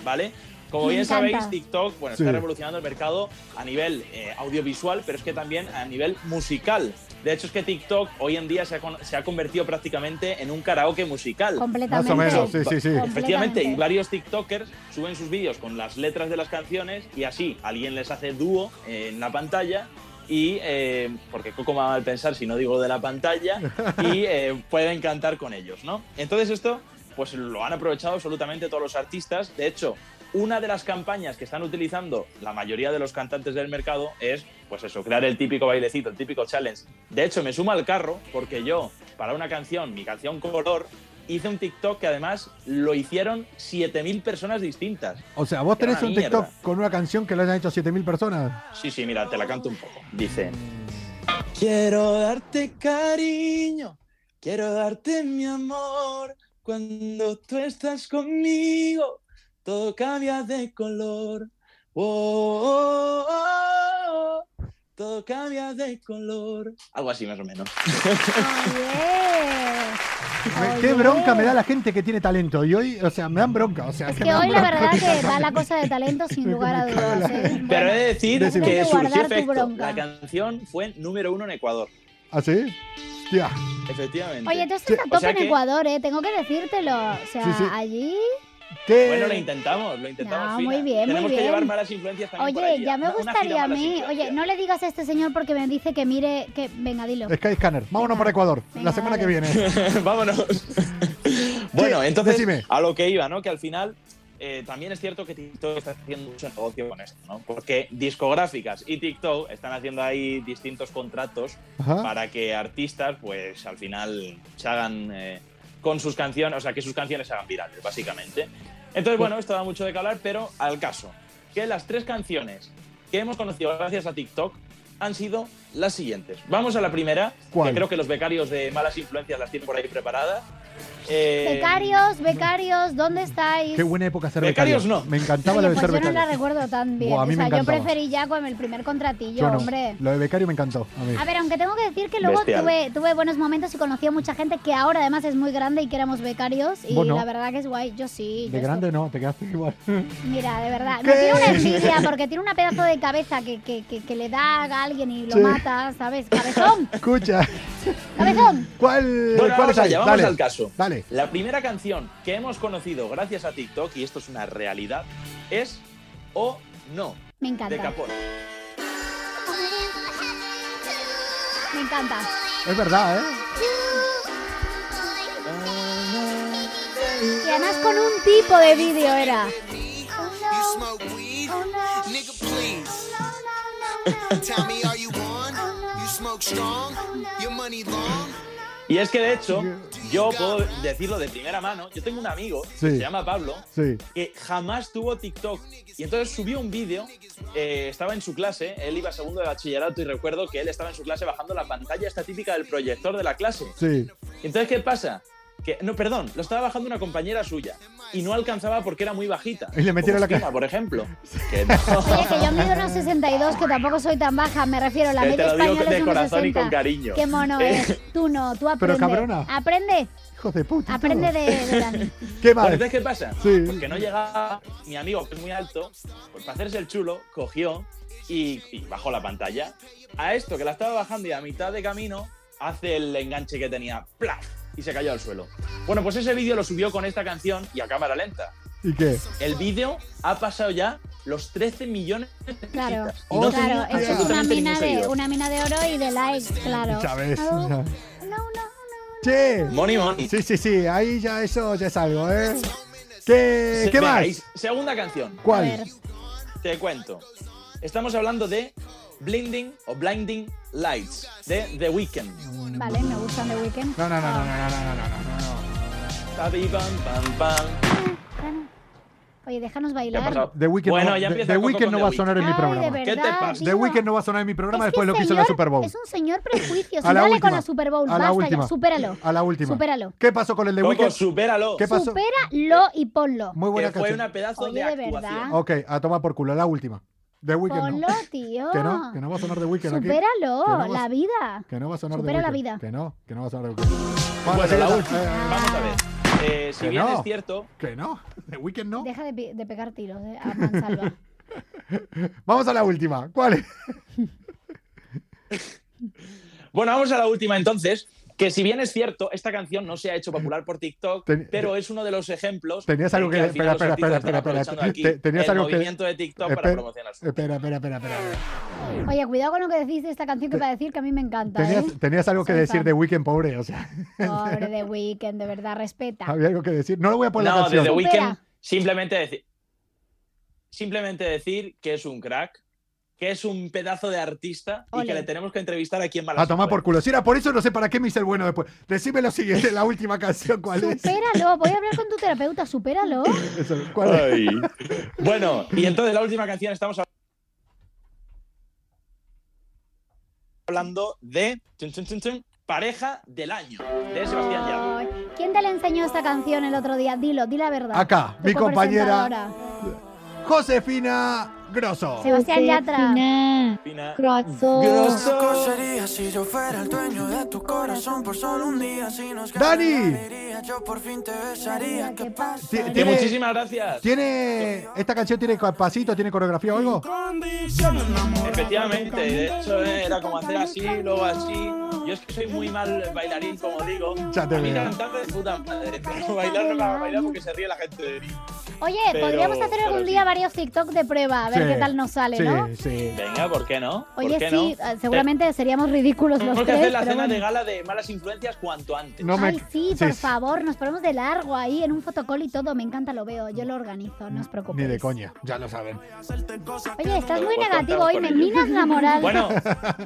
I: ¿vale? Como
C: Me
I: bien
C: encanta.
I: sabéis, TikTok bueno,
B: Sí.
I: está revolucionando el mercado a nivel eh, audiovisual, pero es que también a nivel musical. De hecho, es que TikTok hoy en día se ha, con- se ha convertido prácticamente en un karaoke musical.
B: Más
C: Completamente.
B: o menos, sí, sí, sí.
I: Efectivamente, y
C: Completamente.
I: varios TikTokers suben sus vídeos con las letras de las canciones y así alguien les hace dúo eh, en la pantalla. Y eh, porque Coco me va a mal pensar si no digo lo de la pantalla, y eh, pueden cantar con ellos, ¿no? Entonces, esto pues lo han aprovechado absolutamente todos los artistas. De hecho, una de las campañas que están utilizando la mayoría de los cantantes del mercado es, pues eso, crear el típico bailecito, el típico challenge. De hecho, me suma al carro porque yo, para una canción, mi canción color, hice un TikTok que además lo hicieron 7.000 personas distintas.
B: O sea, vos
I: Qué
B: tenés un
I: Ah, mierda.
B: TikTok con una canción que lo hayan hecho 7000 personas.
I: Sí, sí, mira, te la canto un poco. Dice: Quiero darte cariño, quiero darte mi amor. Cuando tú estás conmigo, todo cambia de color. Oh, oh, oh, oh, todo cambia de color. Algo así, más o menos.
C: Oye.
B: Qué
C: Oye.
B: bronca me da la gente que tiene talento. Y hoy, o sea, me dan bronca. O sea,
C: Es
B: me
C: que
B: dan
C: hoy la
B: bronca.
C: verdad que va la cosa de talento sin lugar a dudas. ¿eh?
I: Pero he
C: Bueno,
I: de decir
B: Decime.
I: que
C: Tienes que
I: surgió
C: guardar tu
I: efecto.
C: bronca.
I: La canción fue número uno en Ecuador.
B: ¿Ah, sí? Hostia.
I: Efectivamente.
C: Oye, tú estás a
I: O
C: tope
I: sea
C: en
I: que-
C: Ecuador, ¿eh? Tengo que decírtelo. O sea,
B: Sí, sí.
C: allí
B: ¿Qué?
I: Bueno, lo intentamos, lo intentamos.
C: No,
I: Fina.
C: muy bien, muy
I: Tenemos que
C: bien.
I: llevar malas influencias también. por
C: Oye,
I: allí.
C: ya me
I: Una- una
C: gustaría
I: gira
C: a
I: malas
C: mí.
I: influencias.
C: Oye, no le digas a este señor porque me dice que mire que venga, dilo.
B: Sky Scanner, vámonos para Ecuador, la semana que viene.
I: Vámonos. bueno,
B: Sí,
I: entonces,
B: decime.
I: a lo que iba, ¿no? Que al final eh, también es cierto que TikTok está haciendo mucho negocio con esto, ¿no? Porque discográficas y TikTok están haciendo ahí distintos contratos
B: Ajá.
I: para que artistas, pues al final se hagan eh, con sus canciones, o sea, que sus canciones se hagan virales, básicamente. Entonces, bueno, esto da mucho de qué hablar, pero al caso, que las tres canciones que hemos conocido gracias a TikTok han sido las siguientes. Vamos a la primera,
B: ¿Cuál?
I: que creo que los becarios de malas influencias las tienen por ahí preparadas. Eh,
C: Becarios, becarios, ¿dónde estáis?
B: Qué buena época ser
I: Becarios
B: becario.
I: no.
B: Me encantaba
C: Oye,
B: lo de ser
C: pues yo no la
B: becario.
C: recuerdo tan bien.
B: Buah, a mí
C: o
B: me
C: sea, yo
B: encantaba.
C: preferí ya con el primer contratillo,
B: Yo no.
C: hombre.
B: Lo de becario me encantó. A mí.
C: A ver, aunque tengo que decir que luego
I: Bestial.
C: tuve, tuve buenos momentos y conocí a mucha gente que ahora además es muy grande y que éramos becarios. Y
B: Vos no.
C: la verdad que es guay. Yo sí. yo
B: de grande no, te quedaste igual.
C: estoy- Mira, de verdad.
B: ¿Qué?
C: Me tiene una envidia porque tiene una pedazo de cabeza que, que, que, que le da a alguien y lo
B: Sí.
C: mata, ¿sabes? ¡Cabezón!
B: Escucha.
C: ¡Cabezón!
B: ¿Cuál,
I: Bueno,
B: cuál
I: vamos
B: es ahí?
I: allá, vamos
B: Dale.
I: al caso.
B: Dale.
I: La primera canción que hemos conocido gracias a TikTok, y esto es una realidad, es O No,
C: Me
I: de
C: encanta.
I: Capone.
C: Me encanta.
B: Es verdad, ¿eh?
C: Y además con un tipo de vídeo era.
I: Y es que de hecho, yo puedo decirlo de primera mano, yo tengo un amigo,
B: Sí.
I: que se llama Pablo,
B: Sí.
I: que jamás tuvo TikTok. Y entonces subió un vídeo, eh, estaba en su clase, él iba a segundo de bachillerato y recuerdo que él estaba en su clase bajando la pantalla esta típica del proyector de la clase.
B: Sí.
I: Entonces, ¿qué pasa? Que, no, perdón, lo estaba bajando una compañera suya y no alcanzaba porque era muy bajita.
B: Y le metieron
I: Como
B: la
I: Fina,
B: cara.
I: por ejemplo. Que no.
C: Oye, que yo mido unos 62, que tampoco soy tan baja. Me refiero, la
I: Que
C: media
I: te lo digo
C: española es
I: de
C: unos
I: corazón y
C: 60.
I: con cariño.
C: Qué mono
I: Eh.
C: es. Tú no, tú
B: Pero
C: aprende.
B: cabrona.
C: Aprende,
B: Hijo de puta.
C: aprende de, de Dani.
B: ¿Qué
I: Bueno,
B: más?
I: entonces, ¿qué pasa?
B: Sí.
I: Porque no llegaba, mi amigo, que es muy alto, pues para hacerse el chulo, cogió y, y bajó la pantalla. A esto, que la estaba bajando y a mitad de camino, hace el enganche que tenía, ¡plaf! Y se cayó al suelo. Bueno, pues ese vídeo lo subió con esta canción y a cámara lenta.
B: ¿Y qué?
I: El vídeo ha pasado ya los 13 millones de visitas.
C: Claro,
I: Y no tenía
C: claro. Eso es una
I: absolutamente
C: mina,
I: ningún
C: de,
I: seguidor.
C: una mina de oro y de likes, claro.
B: Ya ves,
C: Oh,
B: ya.
C: No, no.
B: Che.
I: Money, money.
B: Sí, sí, sí. Ahí ya eso ya es algo, ¿eh? ¿Qué,
I: Se-
B: ¿qué
I: venga,
B: más?
I: y Segunda canción.
C: A
B: ¿Cuál?
C: ver.
I: Te cuento. Estamos hablando de Blinding o Blinding Lights de The Weeknd.
C: Vale, me gustan The Weeknd.
B: No, no, no, no, no, no, no, no, no,
I: Pa, pi, pam, pam, pam.
C: Bueno. Oye, déjanos
I: ¿Qué ha
C: bailar.
I: pasado?
B: no. The Weeknd
I: Bueno,
B: no,
I: ya
B: The-
I: empieza
B: The
I: Coco
B: Weeknd
I: con
B: no
I: The
B: va a sonar en mi
C: Ay, de
B: programa.
I: ¿Qué te
C: verdad,
I: pasa?
B: The
C: tío.
B: Weeknd no va a sonar en mi programa
C: Es
B: después de lo que hizo en
C: señor
B: la Super Bowl.
C: Es un señor prejuicio.
B: A la
C: dale con
B: última.
C: la Super Bowl.
B: A la
C: Basta
B: última.
C: ya, supéralo.
B: A la última.
C: Supéralo.
B: ¿Qué pasó con el de
I: Coco,
B: Weekend?
I: supéralo.
B: ¿Qué pasó?
C: Supéralo y ponlo.
B: Muy buena
I: que fue
B: canción.
I: una pedazo
C: Oye,
I: de
C: de
I: actuación.
C: verdad.
B: Ok, a tomar por culo, la última. The Weeknd
C: Ponlo,
B: no.
C: tío.
B: Que no, que no va a sonar The Weeknd aquí.
C: Supéralo,
B: Que no vas-
C: la vida.
B: Que no va a sonar The
C: Supera la
B: Weeknd.
C: vida.
B: Que no, que no va a sonar The Weeknd.
I: Bueno, la
B: sí,
I: última.
B: eh,
I: Vamos a ver. Eh, si
B: Que
I: bien
B: no.
I: es cierto,
B: Que no, The Weeknd no.
C: Deja de, pe- de pegar tiros eh, a mansalva.
B: Vamos a la última. ¿Cuál es?
I: Bueno, vamos a la última entonces. Que si bien es cierto, esta canción no se ha hecho popular por
B: Mm.
I: TikTok,
B: Ten-
I: pero es uno de los ejemplos.
B: Tenías
I: en
B: algo que.
I: al
B: Espera,
I: final los
B: espera, espera,
I: artistas
B: espera.
I: están
B: espera.
I: aprovechando aquí
B: Te- Tenías
I: el
B: algo que.
I: movimiento de TikTok para
B: espera,
I: promocionar su-
B: Espera, espera, espera, espera.
C: Oye, cuidado con lo que decís de esta canción que va a decir que a mí me encanta. ¿eh?
B: Tenías, tenías algo que
C: Soy
B: decir
C: fan.
B: de Weekend pobre, o sea,
C: Pobre de Weekend, de verdad, respeta.
B: había algo que decir. No lo voy a poner la
I: No, de
B: canción.
I: The Weeknd,
C: Supera.
I: simplemente decir, simplemente decir que es un crack, que es un pedazo de artista y
C: Ole.
I: que le tenemos que entrevistar aquí en Malas
B: A tomar por culo. Si era por eso, no sé para qué me hice el bueno después. Decime lo siguiente, la última canción, ¿cuál es?
C: Supéralo, voy a hablar con tu terapeuta, supéralo.
B: Eso, ¿Cuál es?
I: Bueno, y entonces la última canción estamos hablando de chun, chun, chun, chun, Pareja del Año, de Sebastián Yatra.
C: Ay, ¿Quién te le enseñó esta canción el otro día? Dilo, di la verdad.
B: Acá,
C: Tu
B: mi compañera
C: copresentadora.
B: Josefina Grosso.
C: Sebastián Yatra.
F: Fina,
I: Fina.
F: Grosso.
I: Grosso.
K: Sería si yo fuera el dueño de tu corazón por solo un día si nos
B: Dani.
K: gana la alegría, yo por fin te besaría ¿qué pasa?
B: Ti-
I: Que
B: tiene-
I: muchísimas gracias.
B: ¿Tiene esta canción tiene pasito, tiene coreografía o algo?
I: Efectivamente, de hecho eh, era como hacer así, luego así. Yo es que soy muy mal bailarín, como digo.
B: Ya te
I: a mí
B: veo.
I: cantar de puta madre, pero bailar no me va a bailar porque se ríe la gente de mí.
C: Oye,
I: Pero-
C: podríamos hacer
I: pero
C: algún
I: sí.
C: día varios TikTok de prueba, a ver
I: Sí,
C: qué tal nos sale,
I: sí.
C: ¿no?
I: Venga, ¿por qué no? ¿Por
C: Oye,
I: qué
C: sí,
I: no?
C: eh, seguramente seríamos ridículos los
I: Tenemos que
C: tres.
I: hacer la
C: pero
I: cena de
C: bueno.
I: gala de malas influencias cuanto antes.
C: Ay, sí, por favor, nos ponemos de largo ahí en un fotocall y todo. Me encanta, lo veo. Yo lo organizo, no os
B: Ni
C: preocupéis.
B: de coña, ya lo saben.
C: Oye, estás muy
B: Pues
C: negativo
B: contamos
C: hoy,
B: con
C: me
B: ello.
C: minas la moral.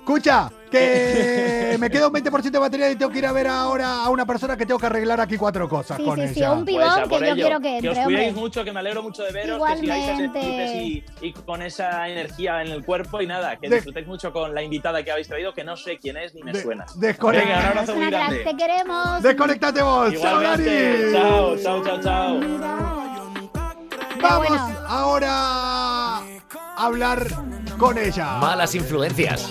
B: Escucha, que me queda un 20% de batería y tengo que ir a ver ahora a una persona que tengo que arreglar aquí cuatro cosas
C: Sí,
B: con
C: sí,
B: ella.
C: sí, un pibón
I: Pues a por
C: que yo
I: ello.
C: quiero que
I: os
C: entre,
I: cuidéis
C: hombre.
I: mucho, que me alegro mucho de veros, que sigáis
C: Igualmente.
I: actives y, y con esa energía en el cuerpo y nada, que
B: De-
I: disfrutéis mucho con la invitada que habéis traído, que no sé quién es ni me
B: De-
I: suena.
B: desconecta-
I: Venga, un abrazo muy
C: Una crack,
I: grande.
C: te queremos.
B: Desconectate vos. Chao,
I: Igualmente.
B: Dani.
I: Chao, chao, chao, chao.
B: Vamos ahora a hablar con ella.
D: Malas influencias.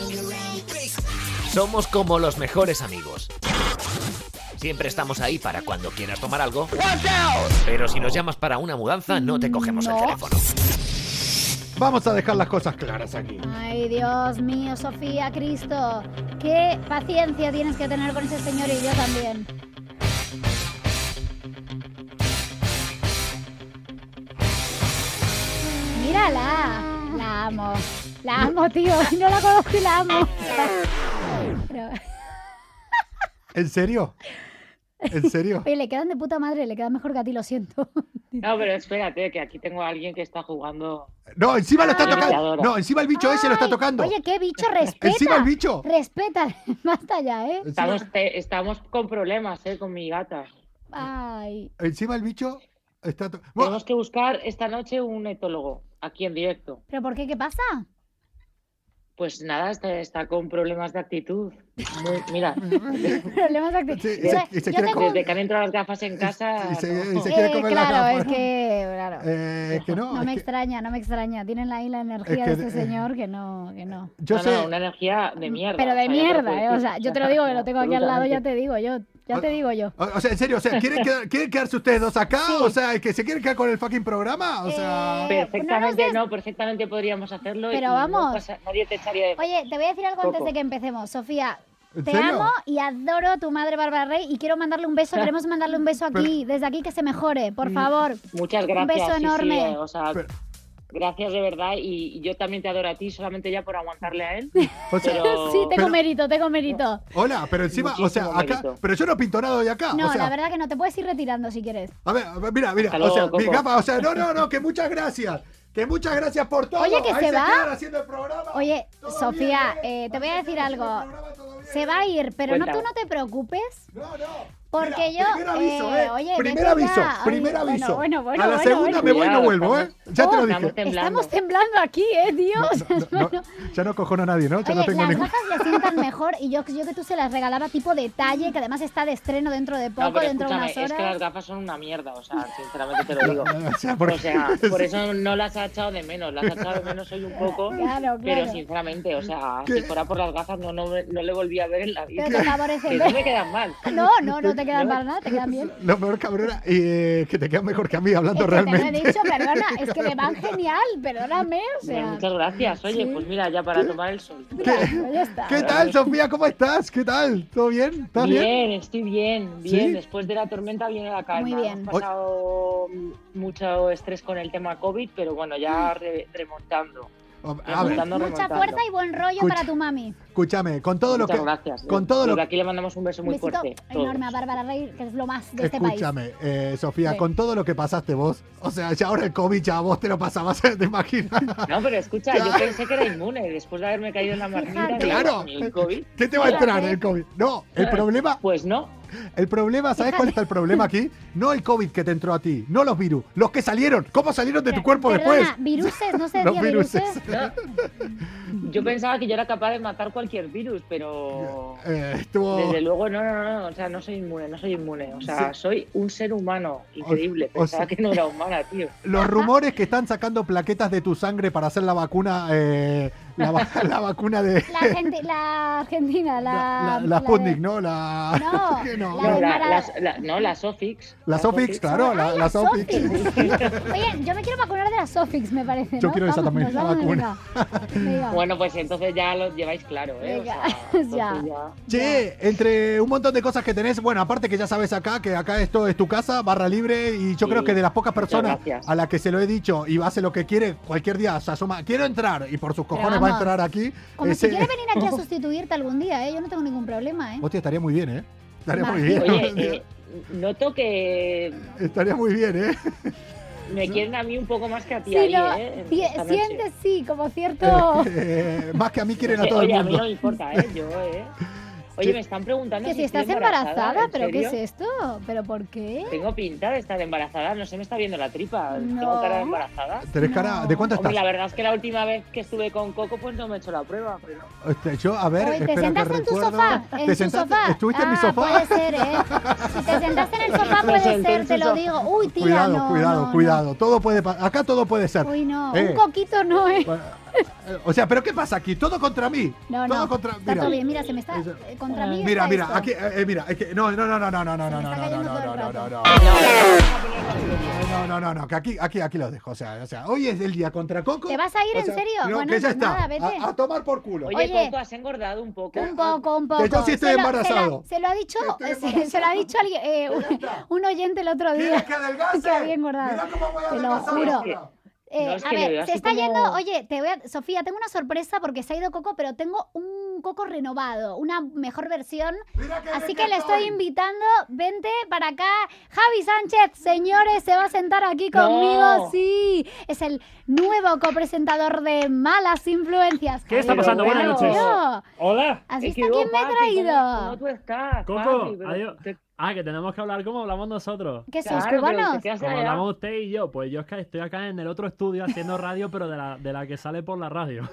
D: Somos como los mejores amigos. Siempre estamos ahí para cuando quieras tomar algo. Pero si nos llamas para una mudanza, no te cogemos el
C: No.
D: teléfono.
B: Vamos a dejar las cosas claras aquí.
C: Ay, Dios mío, Sofía, Cristo. Qué paciencia tienes que tener con ese señor y yo también. Mírala. La amo. La amo, tío. No la conozco y la amo. Pero-
B: ¿En serio? ¿En serio?
C: Oye, le quedan de puta madre, le quedan mejor que a ti, lo siento.
L: No, pero espérate, que aquí tengo a alguien que está jugando.
B: No, encima lo está
L: Ah.
B: tocando. No, encima el bicho ese lo está tocando. Eh,
C: Oye, qué bicho, respeta.
B: Encima el bicho.
C: Respeta, basta ya, ¿eh?
L: Estamos, te- estamos con problemas, ¿eh? Con mi gata.
C: Ay.
B: Encima el bicho está to-
L: Tenemos que buscar esta noche un etólogo, aquí en directo.
C: ¿Pero por qué? ¿Qué pasa?
L: Pues nada, está, está con problemas de actitud. Muy- mira,
C: Problemas de actitud.
L: desde,
C: Mira, yo tengo un-
L: desde que han entrado las gafas en casa.
B: y se-
L: no.
B: y se quiere
C: Eh,
B: comer la
C: claro,
B: gafa.
C: es que, claro.
B: Eh, que no,
C: no
B: es
C: me
B: que-
C: extraña, no me extraña. Tienen ahí la energía
B: que-
C: de este señor que no, que no.
B: Yo
L: No,
B: sé.
L: no, una energía de mierda.
C: Pero
L: o
C: de
L: sea, ya te lo
C: mierda,
L: puedo
C: ¿eh? O
L: decir.
C: sea, yo te lo digo que lo tengo aquí al lado, ya
L: absolutamente.
C: te digo yo. Ya te digo yo.
B: O, o sea, en serio, o sea, ¿quieren, quedar- quieren quedarse ustedes dos acá? O sea, ¿que se quieren quedar con el fucking programa? O sea.
C: Eh,
L: Perfectamente, no, perfectamente podríamos hacerlo.
C: Pero
L: y no
C: vamos.
L: pasa- nadie te echaría de
C: Oye, te voy a decir algo antes
L: Coco.
C: de que empecemos. Sofía,
L: ¿En
C: te
L: serio?
C: amo y adoro a tu madre Bárbara Rey y quiero mandarle un beso. Queremos mandarle un beso aquí, desde aquí que se mejore, por favor.
L: Muchas
C: Un
L: gracias.
C: beso
L: sí, sí,
C: enorme.
L: eh, o sea, gracias de verdad. Y, y yo también te adoro a ti, solamente ya por aguantarle a él.
B: O sea,
L: Pero-
C: Sí, tengo
B: pero-
C: mérito, tengo mérito.
B: Hola, pero encima, o sea,
L: Muchísimo
B: acá. Pero yo no pinto nada de acá.
C: No,
B: o sea,
C: la verdad que no, te puedes ir retirando si quieres.
B: A ver, a ver, mira, mira.
M: Hasta
B: o sea,
M: luego,
B: mi
M: Coco.
B: gafa, o sea, no, no, no, que muchas gracias. Que muchas gracias por todo.
C: Oye, que
B: Ahí
C: se va.
B: quedan haciendo el programa.
C: Oye,
B: Todo
C: Sofía,
B: bien,
C: eh, te voy a decir algo. Se va a ir, pero no, tú no te preocupes.
B: No, no.
C: Porque
B: Mira,
C: yo.
B: primer aviso, ¿eh?
C: oye,
B: Primer
C: vete
B: aviso,
C: ya. Ay,
B: primer aviso.
C: Bueno, bueno, bueno.
B: A la
C: bueno, Oh,
B: segunda me voy y no vuelvo, ¿eh? Ya te lo dije.
C: Estamos temblando, aquí, ¿eh, Dios?
B: No, ya no cojono a nadie, ¿no? Ya no
C: Oye,
B: tengo
C: las
B: ningún.
C: gafas le sientan mejor y yo, yo que tú se las regalaba tipo detalle, que además está de estreno dentro de poco,
L: No, pero
C: dentro de
L: escúchame,
C: unas horas.
L: es que las gafas son una mierda, o sea, sinceramente te lo digo.
B: O sea,
L: O sea, por eso no las ha echado de menos, las ha echado de menos hoy un poco,
C: Claro, claro.
L: pero sinceramente, o sea, si fuera por las gafas no, no, me- no le volví a ver en la vida.
C: Pero te favorecen.
L: Que no me quedan mal.
C: No, no, no te quedan para nada, te quedan bien.
B: Lo peor, cabrona, y eh, que te quedas mejor que a mí hablando
C: Es que te lo he
B: realmente.
C: dicho, perdona, es que me van genial, perdóname, o sea.
L: Muchas gracias, oye, pues mira, ya para tomar el sol.
C: Mira, ya está.
B: ¿Qué tal, Sofía? ¿Cómo estás? ¿Qué tal? ¿Todo bien? ¿Estás
L: Bien,
B: bien?
L: estoy bien, bien.
B: ¿Sí?
L: Después de la tormenta viene la calma.
C: Muy bien.
L: Hemos pasado mucho estrés con el tema COVID, pero bueno, ya
B: Mm.
L: re- remontando.
B: A ver,
L: Remontando,
C: Mucha
L: remontando.
C: fuerza y buen rollo
B: Escucha.
C: para tu mami.
B: escúchame, con todo lo
L: Muchas
B: que.
L: gracias.
B: Con todo
L: Desde
B: lo
L: aquí le mandamos un beso
C: Un
L: muy
C: besito
L: fuerte. todos.
C: enorme a Bárbara Rey, que es lo más de este país.
B: Escúchame, eh, Sofía,
C: Sí.
B: con todo lo que pasaste vos, o sea, ya ahora el COVID ya vos te lo pasabas, ¿te imaginas?
L: No, pero escucha, yo pensé que era inmune después de haberme caído en la marmita. digo,
B: Claro.
L: ni el COVID.
B: ¿Qué te va a entrar el COVID? No, el problema.
L: Pues no.
B: El problema, ¿sabes cuál está el problema aquí? No el COVID que te entró a ti, no los virus, los que salieron. ¿Cómo salieron de tu cuerpo
C: Perdona,
B: después?
C: viruses, no se
B: Los
C: decía
B: viruses.
C: viruses.
L: No. Yo pensaba que yo era capaz de matar cualquier virus, pero
B: Eh, estuvo-
L: desde luego no, no, no, no, o sea, no soy inmune, no soy inmune, o sea, soy un ser humano increíble,
B: o
L: pensaba
B: sea-
L: que no era humana, tío.
B: Los rumores que están sacando plaquetas de tu sangre para hacer la vacuna eh, La, va- la vacuna de.
C: La, gente, la Argentina, la.
B: La, la
C: de-
B: Sputnik, ¿no? La.
C: No,
B: que
L: la, la- la- la- no, la Sofix.
B: La Sofix, claro, la, la Sofix.
C: Ah, Oye, yo me quiero vacunar de la Sofix, me parece.
B: Yo
C: ¿no?
B: quiero esa
C: Vámonos,
B: también, la
C: vámonos,
B: vacuna.
C: venga, venga.
L: Bueno, pues entonces ya lo lleváis claro, ¿eh? O
C: Venga,
L: sea, entonces
C: ya.
L: ya-
B: Che, entre un montón de cosas que tenés, bueno, aparte que ya sabes acá que acá esto es tu casa, barra libre, y yo
L: Sí,
B: creo que de las pocas
L: muchas
B: personas
L: gracias.
B: a las que se lo he dicho y hace lo que quiere, cualquier día se asoma, quiero entrar, y por sus cojones va a
C: vamos.
B: entrar aquí.
C: Como
B: ese-
C: si quieres venir aquí a sustituirte algún día, ¿eh? Yo no tengo ningún problema, ¿eh?
B: Hostia, estaría muy bien, ¿eh? Estaría muy
C: Vale.
B: bien.
L: Oye, eh, noto que
B: Estaría muy bien, ¿eh?
L: me quieren a mí un poco más que a ti
C: Sí,
L: ahí,
C: no,
L: ¿eh?
C: si-
L: Esta noche.
C: sientes, sí, como cierto.
B: Eh, más que a mí quieren a
L: Oye,
B: todo el
L: oye, a mí
B: mundo.
L: no me importa, ¿eh? Yo, ¿eh?
B: Sí.
L: Oye, me están preguntando
C: Que si
L: estoy
C: estás embarazada,
L: ¿en
C: ¿pero qué es
L: serio?
C: esto? ¿Pero por qué?
L: Tengo pinta de estar embarazada, no se me está viendo la tripa.
C: No.
L: ¿Tengo cara de embarazada?
B: ¿Tenés cara? ¿De cuánto
L: Hombre,
B: estás?
L: la verdad es que la última vez que estuve con Coco, pues no me he hecho la prueba. Pero...
B: Este, Yo, a ver,
C: Oye, ¿Te
B: espera que
C: sentaste en tu
B: recuerdo.
C: sofá? ¿En
B: ¿Te
C: tu
B: sentaste?
C: sofá?
B: ¿Estuviste en mi
C: Ah,
B: sofá?
C: Puede ser, ¿eh? Si te sentaste en el sofá,
L: Me
C: puede
L: senté en
C: ser, te
L: su
C: lo
L: sofá.
C: digo. Uy, tía,
B: Cuidado,
C: no,
B: cuidado,
C: no, no.
B: cuidado. Todo puede pa- Acá todo puede ser.
C: Uy, no,
B: Eh,
C: un coquito no es.
B: O sea, ¿pero qué pasa aquí? Todo contra mí.
C: No,
B: todo
C: no,
B: contra.
C: está
B: Mira,
C: todo bien, mira, se me está... eh, Contra mí
B: mira,
C: está
B: mira,
C: esto.
B: aquí, eh, eh, mira, es que no, no, no, no, no, no, no, no, no, no, no, no, no, no, no. No, no, no, no, que aquí, aquí, aquí los dejo. O sea, o sea, hoy es el día contra Coco.
C: ¿Te vas a ir
B: o
C: en
B: sea,
C: serio?
B: No,
C: Bueno,
B: que ya
C: pues
B: está.
C: nada, vete.
B: A, a tomar por culo.
L: Oye,
C: Oye.
L: Coco, has engordado un poco.
C: Un poco, un poco.
B: Que yo sí estoy
C: Se lo-
B: embarazado.
C: Se lo, ha dicho, eh,
B: Estoy
C: se, se lo ha dicho alguien, eh, un, un oyente el otro
B: ¿Quieres
C: día.
B: que adelgace?
C: Que había engordado.
B: Mirá cómo voy a
C: Te lo
B: adelgazar
C: juro.
B: ahora.
C: Eh,
L: No, es
C: a
L: que le veo
C: ver, se
L: así
C: está
L: como-
C: yendo. Oye, te voy a. Sofía, tengo una sorpresa porque se ha ido Coco, pero tengo un Coco renovado, una mejor versión.
B: Mirá qué
C: Así
B: bien
C: que le estoy invitando, vente para acá. Javi Sánchez, señores, se va a sentar aquí
L: No.
C: conmigo. Sí, es el nuevo copresentador de Malas Influencias.
M: ¿Qué está
C: Javi
M: pasando? Buenas
C: Romero.
M: noches. Hola.
C: Así
L: Es
C: está
L: que yo,
C: quien me ha
L: papi,
C: traído.
L: ¿cómo- cómo tú estás,
M: Coco,
L: papi? Pero
M: adiós.
L: te-
M: Ah, que tenemos que hablar como hablamos nosotros.
C: ¿Qué sois,
L: Claro, pero
C: cubanos?
L: te quedas
M: Como
L: allá.
M: hablamos usted y yo, pues yo es que estoy acá en el otro estudio haciendo radio, pero de la, de la que sale por la radio.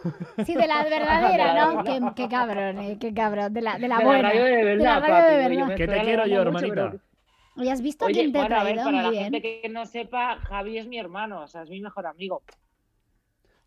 C: Sí, de la verdadera, ¿no? qué, qué cabrón, eh, qué cabrón. De la, de la
L: De la
C: buena.
L: radio de
C: la
L: verdad,
C: radio de
L: papi, yo
C: verdad.
L: me
M: Que te
L: estoy
M: quiero yo,
L: alargando mucho,
M: hermanita.
L: pero-
C: ¿Y has visto
L: Oye,
C: quién te ha
L: bueno, a ver,
C: traído?
L: para la
C: Muy
L: gente
C: bien.
L: que no sepa, Javi es mi hermano, o sea, es mi mejor amigo.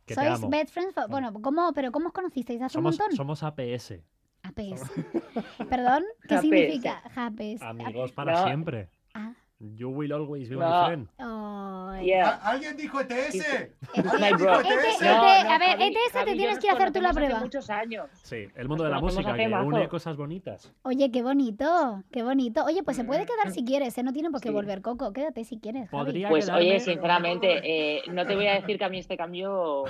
M: Que te
C: ¿Sois
M: amo.
C: best friends? for- Bueno, ¿cómo, pero ¿cómo os conocisteis? Hace
M: Somos,
C: un montón.
M: somos APS,
C: APS. Perdón, ¿qué
L: APS.
C: significa? APS.
M: amigos para
L: No.
M: siempre.
C: Ah.
M: You will always be
L: No.
M: my friend.
C: Ay. Ah,
B: ¿A-
L: Yeah.
B: ¿Alguien dijo ETS?
L: It's
B: ¿Alguien
L: my
B: dijo
L: bro.
B: ETS?
C: Este-
L: No,
C: a
L: no,
C: ver,
L: Javi-
C: ETS te
L: Javi y yo
C: tienes
L: nos
C: que hacer tú la
L: conocemos hace
C: prueba.
L: muchos años.
M: Sí, el
C: Pues
M: mundo de la
L: Nos conocemos
M: música,
L: hace
M: que
L: mazo.
M: une cosas bonitas.
C: Oye, qué bonito, qué bonito. Oye, pues se puede quedar si quieres, ¿eh? No tienen por qué
L: Mm. Sí.
C: volver, Coco. Quédate si quieres. Javi.
M: Podría
L: Pues
M: quedarme-
L: oye, sinceramente, eh, no te voy a decir que a mí este cambio...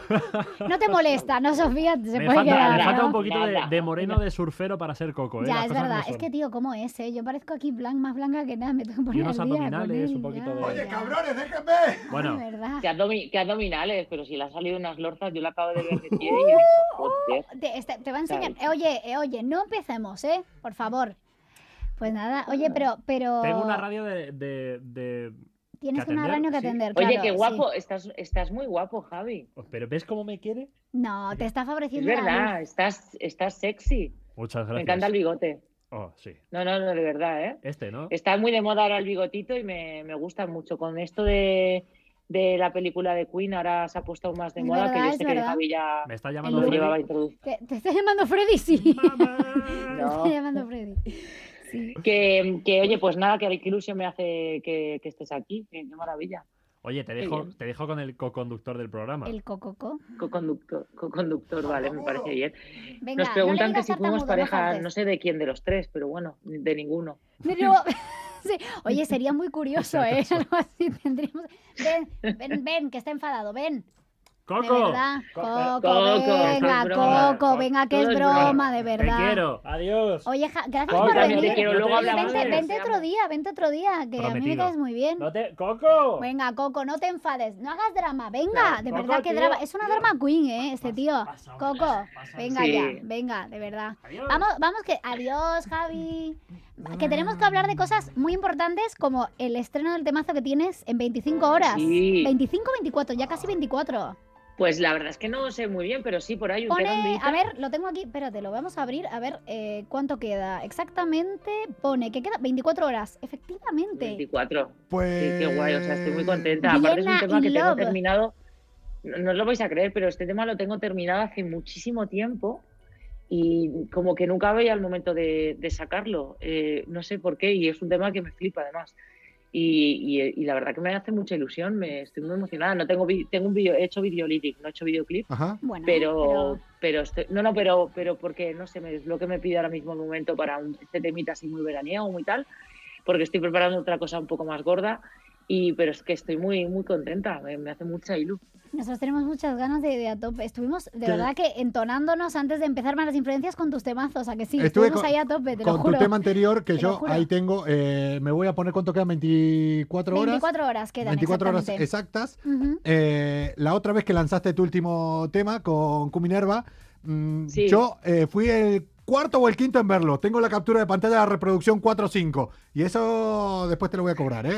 C: No te molesta, ¿no, Sofía? Se puede
M: Me falta,
C: quedar.
M: le
L: nada,
M: falta
C: ¿no?
M: un poquito de,
L: nada.
M: de moreno de surfero para ser coco, ¿eh?
C: Ya,
M: Las
C: es
M: cosas como
C: verdad. Es
M: son.
C: que, tío, ¿cómo es? eh? Yo parezco aquí blan- más blanca que nada. Me tengo que poner
M: unos
C: al día con
M: abdominales, un
C: él,
M: poquito
C: ya,
M: de-
B: Oye,
C: ya.
B: cabrones, déjenme.
M: Bueno,
C: De verdad.
L: Que, abdomi- que abdominales, pero si le ha salido unas lorzas, yo la acabo de ver que tiene
C: Uh,
L: y he dicho, joder.
C: Te, este- te va a
L: Claro.
C: enseñar. Eh, oye, eh, oye, no empecemos, ¿eh? Por favor. Pues nada, oye, pero. pero
M: tengo una radio de- de- de
C: Tienes
M: que
C: una
M: atender,
C: radio que
M: sí.
C: atender.
L: Oye,
C: claro,
L: qué
C: sí.
L: guapo, estás, estás muy guapo, Javi.
M: Pero ¿ves cómo me quiere?
C: No, te está
L: Es
C: favoreciendo. la
L: verdad, estás, estás sexy.
M: Muchas gracias.
L: Me encanta el bigote.
M: Oh, sí.
L: No, no, no, de verdad, ¿eh?
M: Este, ¿no?
L: Está muy de moda ahora el bigotito y me, me gusta mucho. Con esto de, de la película de Queen ahora se ha puesto aún más de
C: Es
L: moda,
C: verdad,
L: que yo
C: es
L: sé que
C: verdad.
L: Javi ya
M: Me está llamando
L: lo
C: Freddy.
L: llevaba
M: Freddy.
L: introducido.
C: luz. ¿Te, te estás llamando Freddy? Sí. Te
L: No.
C: está llamando Freddy. Sí.
L: Que, que, oye, pues nada, que qué ilusión me hace que, que estés aquí. Qué, qué maravilla.
M: Oye, te
L: Qué
M: dejo,
L: bien.
M: te dejo con el co-conductor del programa.
C: El cococo.
L: Co-conductor, co-conductor, vale, me parece bien.
C: Venga,
L: Nos
C: no le
L: preguntan que
C: digas
L: si fuimos
C: tartamudo,
L: pareja,
C: faltes.
L: no sé de quién de los tres, pero bueno, de ninguno.
C: Pero, sí. Oye, sería muy curioso, ¿eh? Algo así tendríamos. Ven, ven, ven, que está enfadado, ven. De
M: ¡Coco!
C: verdad. Coco,
L: Coco, que es
C: venga,
L: broma.
C: Coco, venga, que es
L: Todo es
C: broma,
L: broma.
C: de
M: ¡Te
C: verdad.
M: quiero! ¡Adiós!
C: Oye, Ja- gracias
M: Coco,
C: por
M: también te
C: venir.
M: quiero, luego hablamos
C: vente,
M: de-
C: vente otro día, vente otro día, que a mí me
M: Prometido.
C: caes muy bien.
M: ¡No te... ¡Coco!
C: Venga, Coco, no te enfades, no hagas drama, venga, de
M: Coco,
C: verdad que
M: tío,
C: drama, es una drama queen, eh, este tío.
M: pasa, hombre,
C: Coco,
M: pasa,
C: venga
L: sí.
C: ya, venga, de verdad.
M: Adiós.
C: Vamos, vamos que adiós, Javi. Que tenemos que hablar de cosas muy importantes como el estreno del temazo que tienes en 25 horas.
L: Sí.
C: 25, 24, ya casi 24.
L: Pues la verdad es que no sé muy bien, pero sí, por ahí un tema
C: Pone,
L: dice-
C: a ver, lo tengo aquí, espérate, lo vamos a abrir, a ver eh, cuánto queda. Exactamente, pone que queda 24 horas, efectivamente.
L: 24.
B: Pues. Eh,
L: Sí, qué guay, o sea, estoy muy contenta.
C: Vienna
L: Aparte es un tema
C: in
L: que tengo
C: Love.
L: terminado no, no os lo vais a creer, pero este tema lo tengo terminado hace muchísimo tiempo y como que nunca veía el momento de, de sacarlo. Eh, no sé por qué, y es un tema que me flipa además. Y, y- y la verdad que me hace mucha ilusión, me estoy muy emocionada. No tengo vi- tengo un vídeo, he hecho videolytic, no he hecho videoclip,
C: Bueno, Ah,
L: pero, pero estoy- no, no, pero, pero porque no sé, me- es lo que me pide ahora mismo el momento para un- este temita así muy veraniego, muy tal, porque estoy preparando otra cosa un poco más gorda. Y, pero es que estoy muy muy contenta, me, me hace mucha ilusión.
C: Nosotros tenemos muchas ganas de, de a tope. Estuvimos, de
L: Te-
C: verdad, que entonándonos antes de empezar Malas Influencias con tus temazos, ¿a que sí?
B: Estuve
C: Estuvimos
B: con-
C: ahí a tope, te lo
B: Con tu
C: juro.
B: tema anterior, que
C: Te lo
B: yo
C: juro.
B: ahí tengo, eh, me voy a poner cuánto quedan, 24 horas.
C: 24 horas quedan
B: 24 horas
C: exactamente.
B: exactas.
C: Ujú.
B: Eh, la otra vez que lanzaste tu último tema con Cuminerva, mm,
C: Sí.
B: yo eh, fui el cuarto o el quinto en verlo. Tengo la captura de pantalla de la reproducción 4-5. Y eso después te lo voy a cobrar, ¿eh?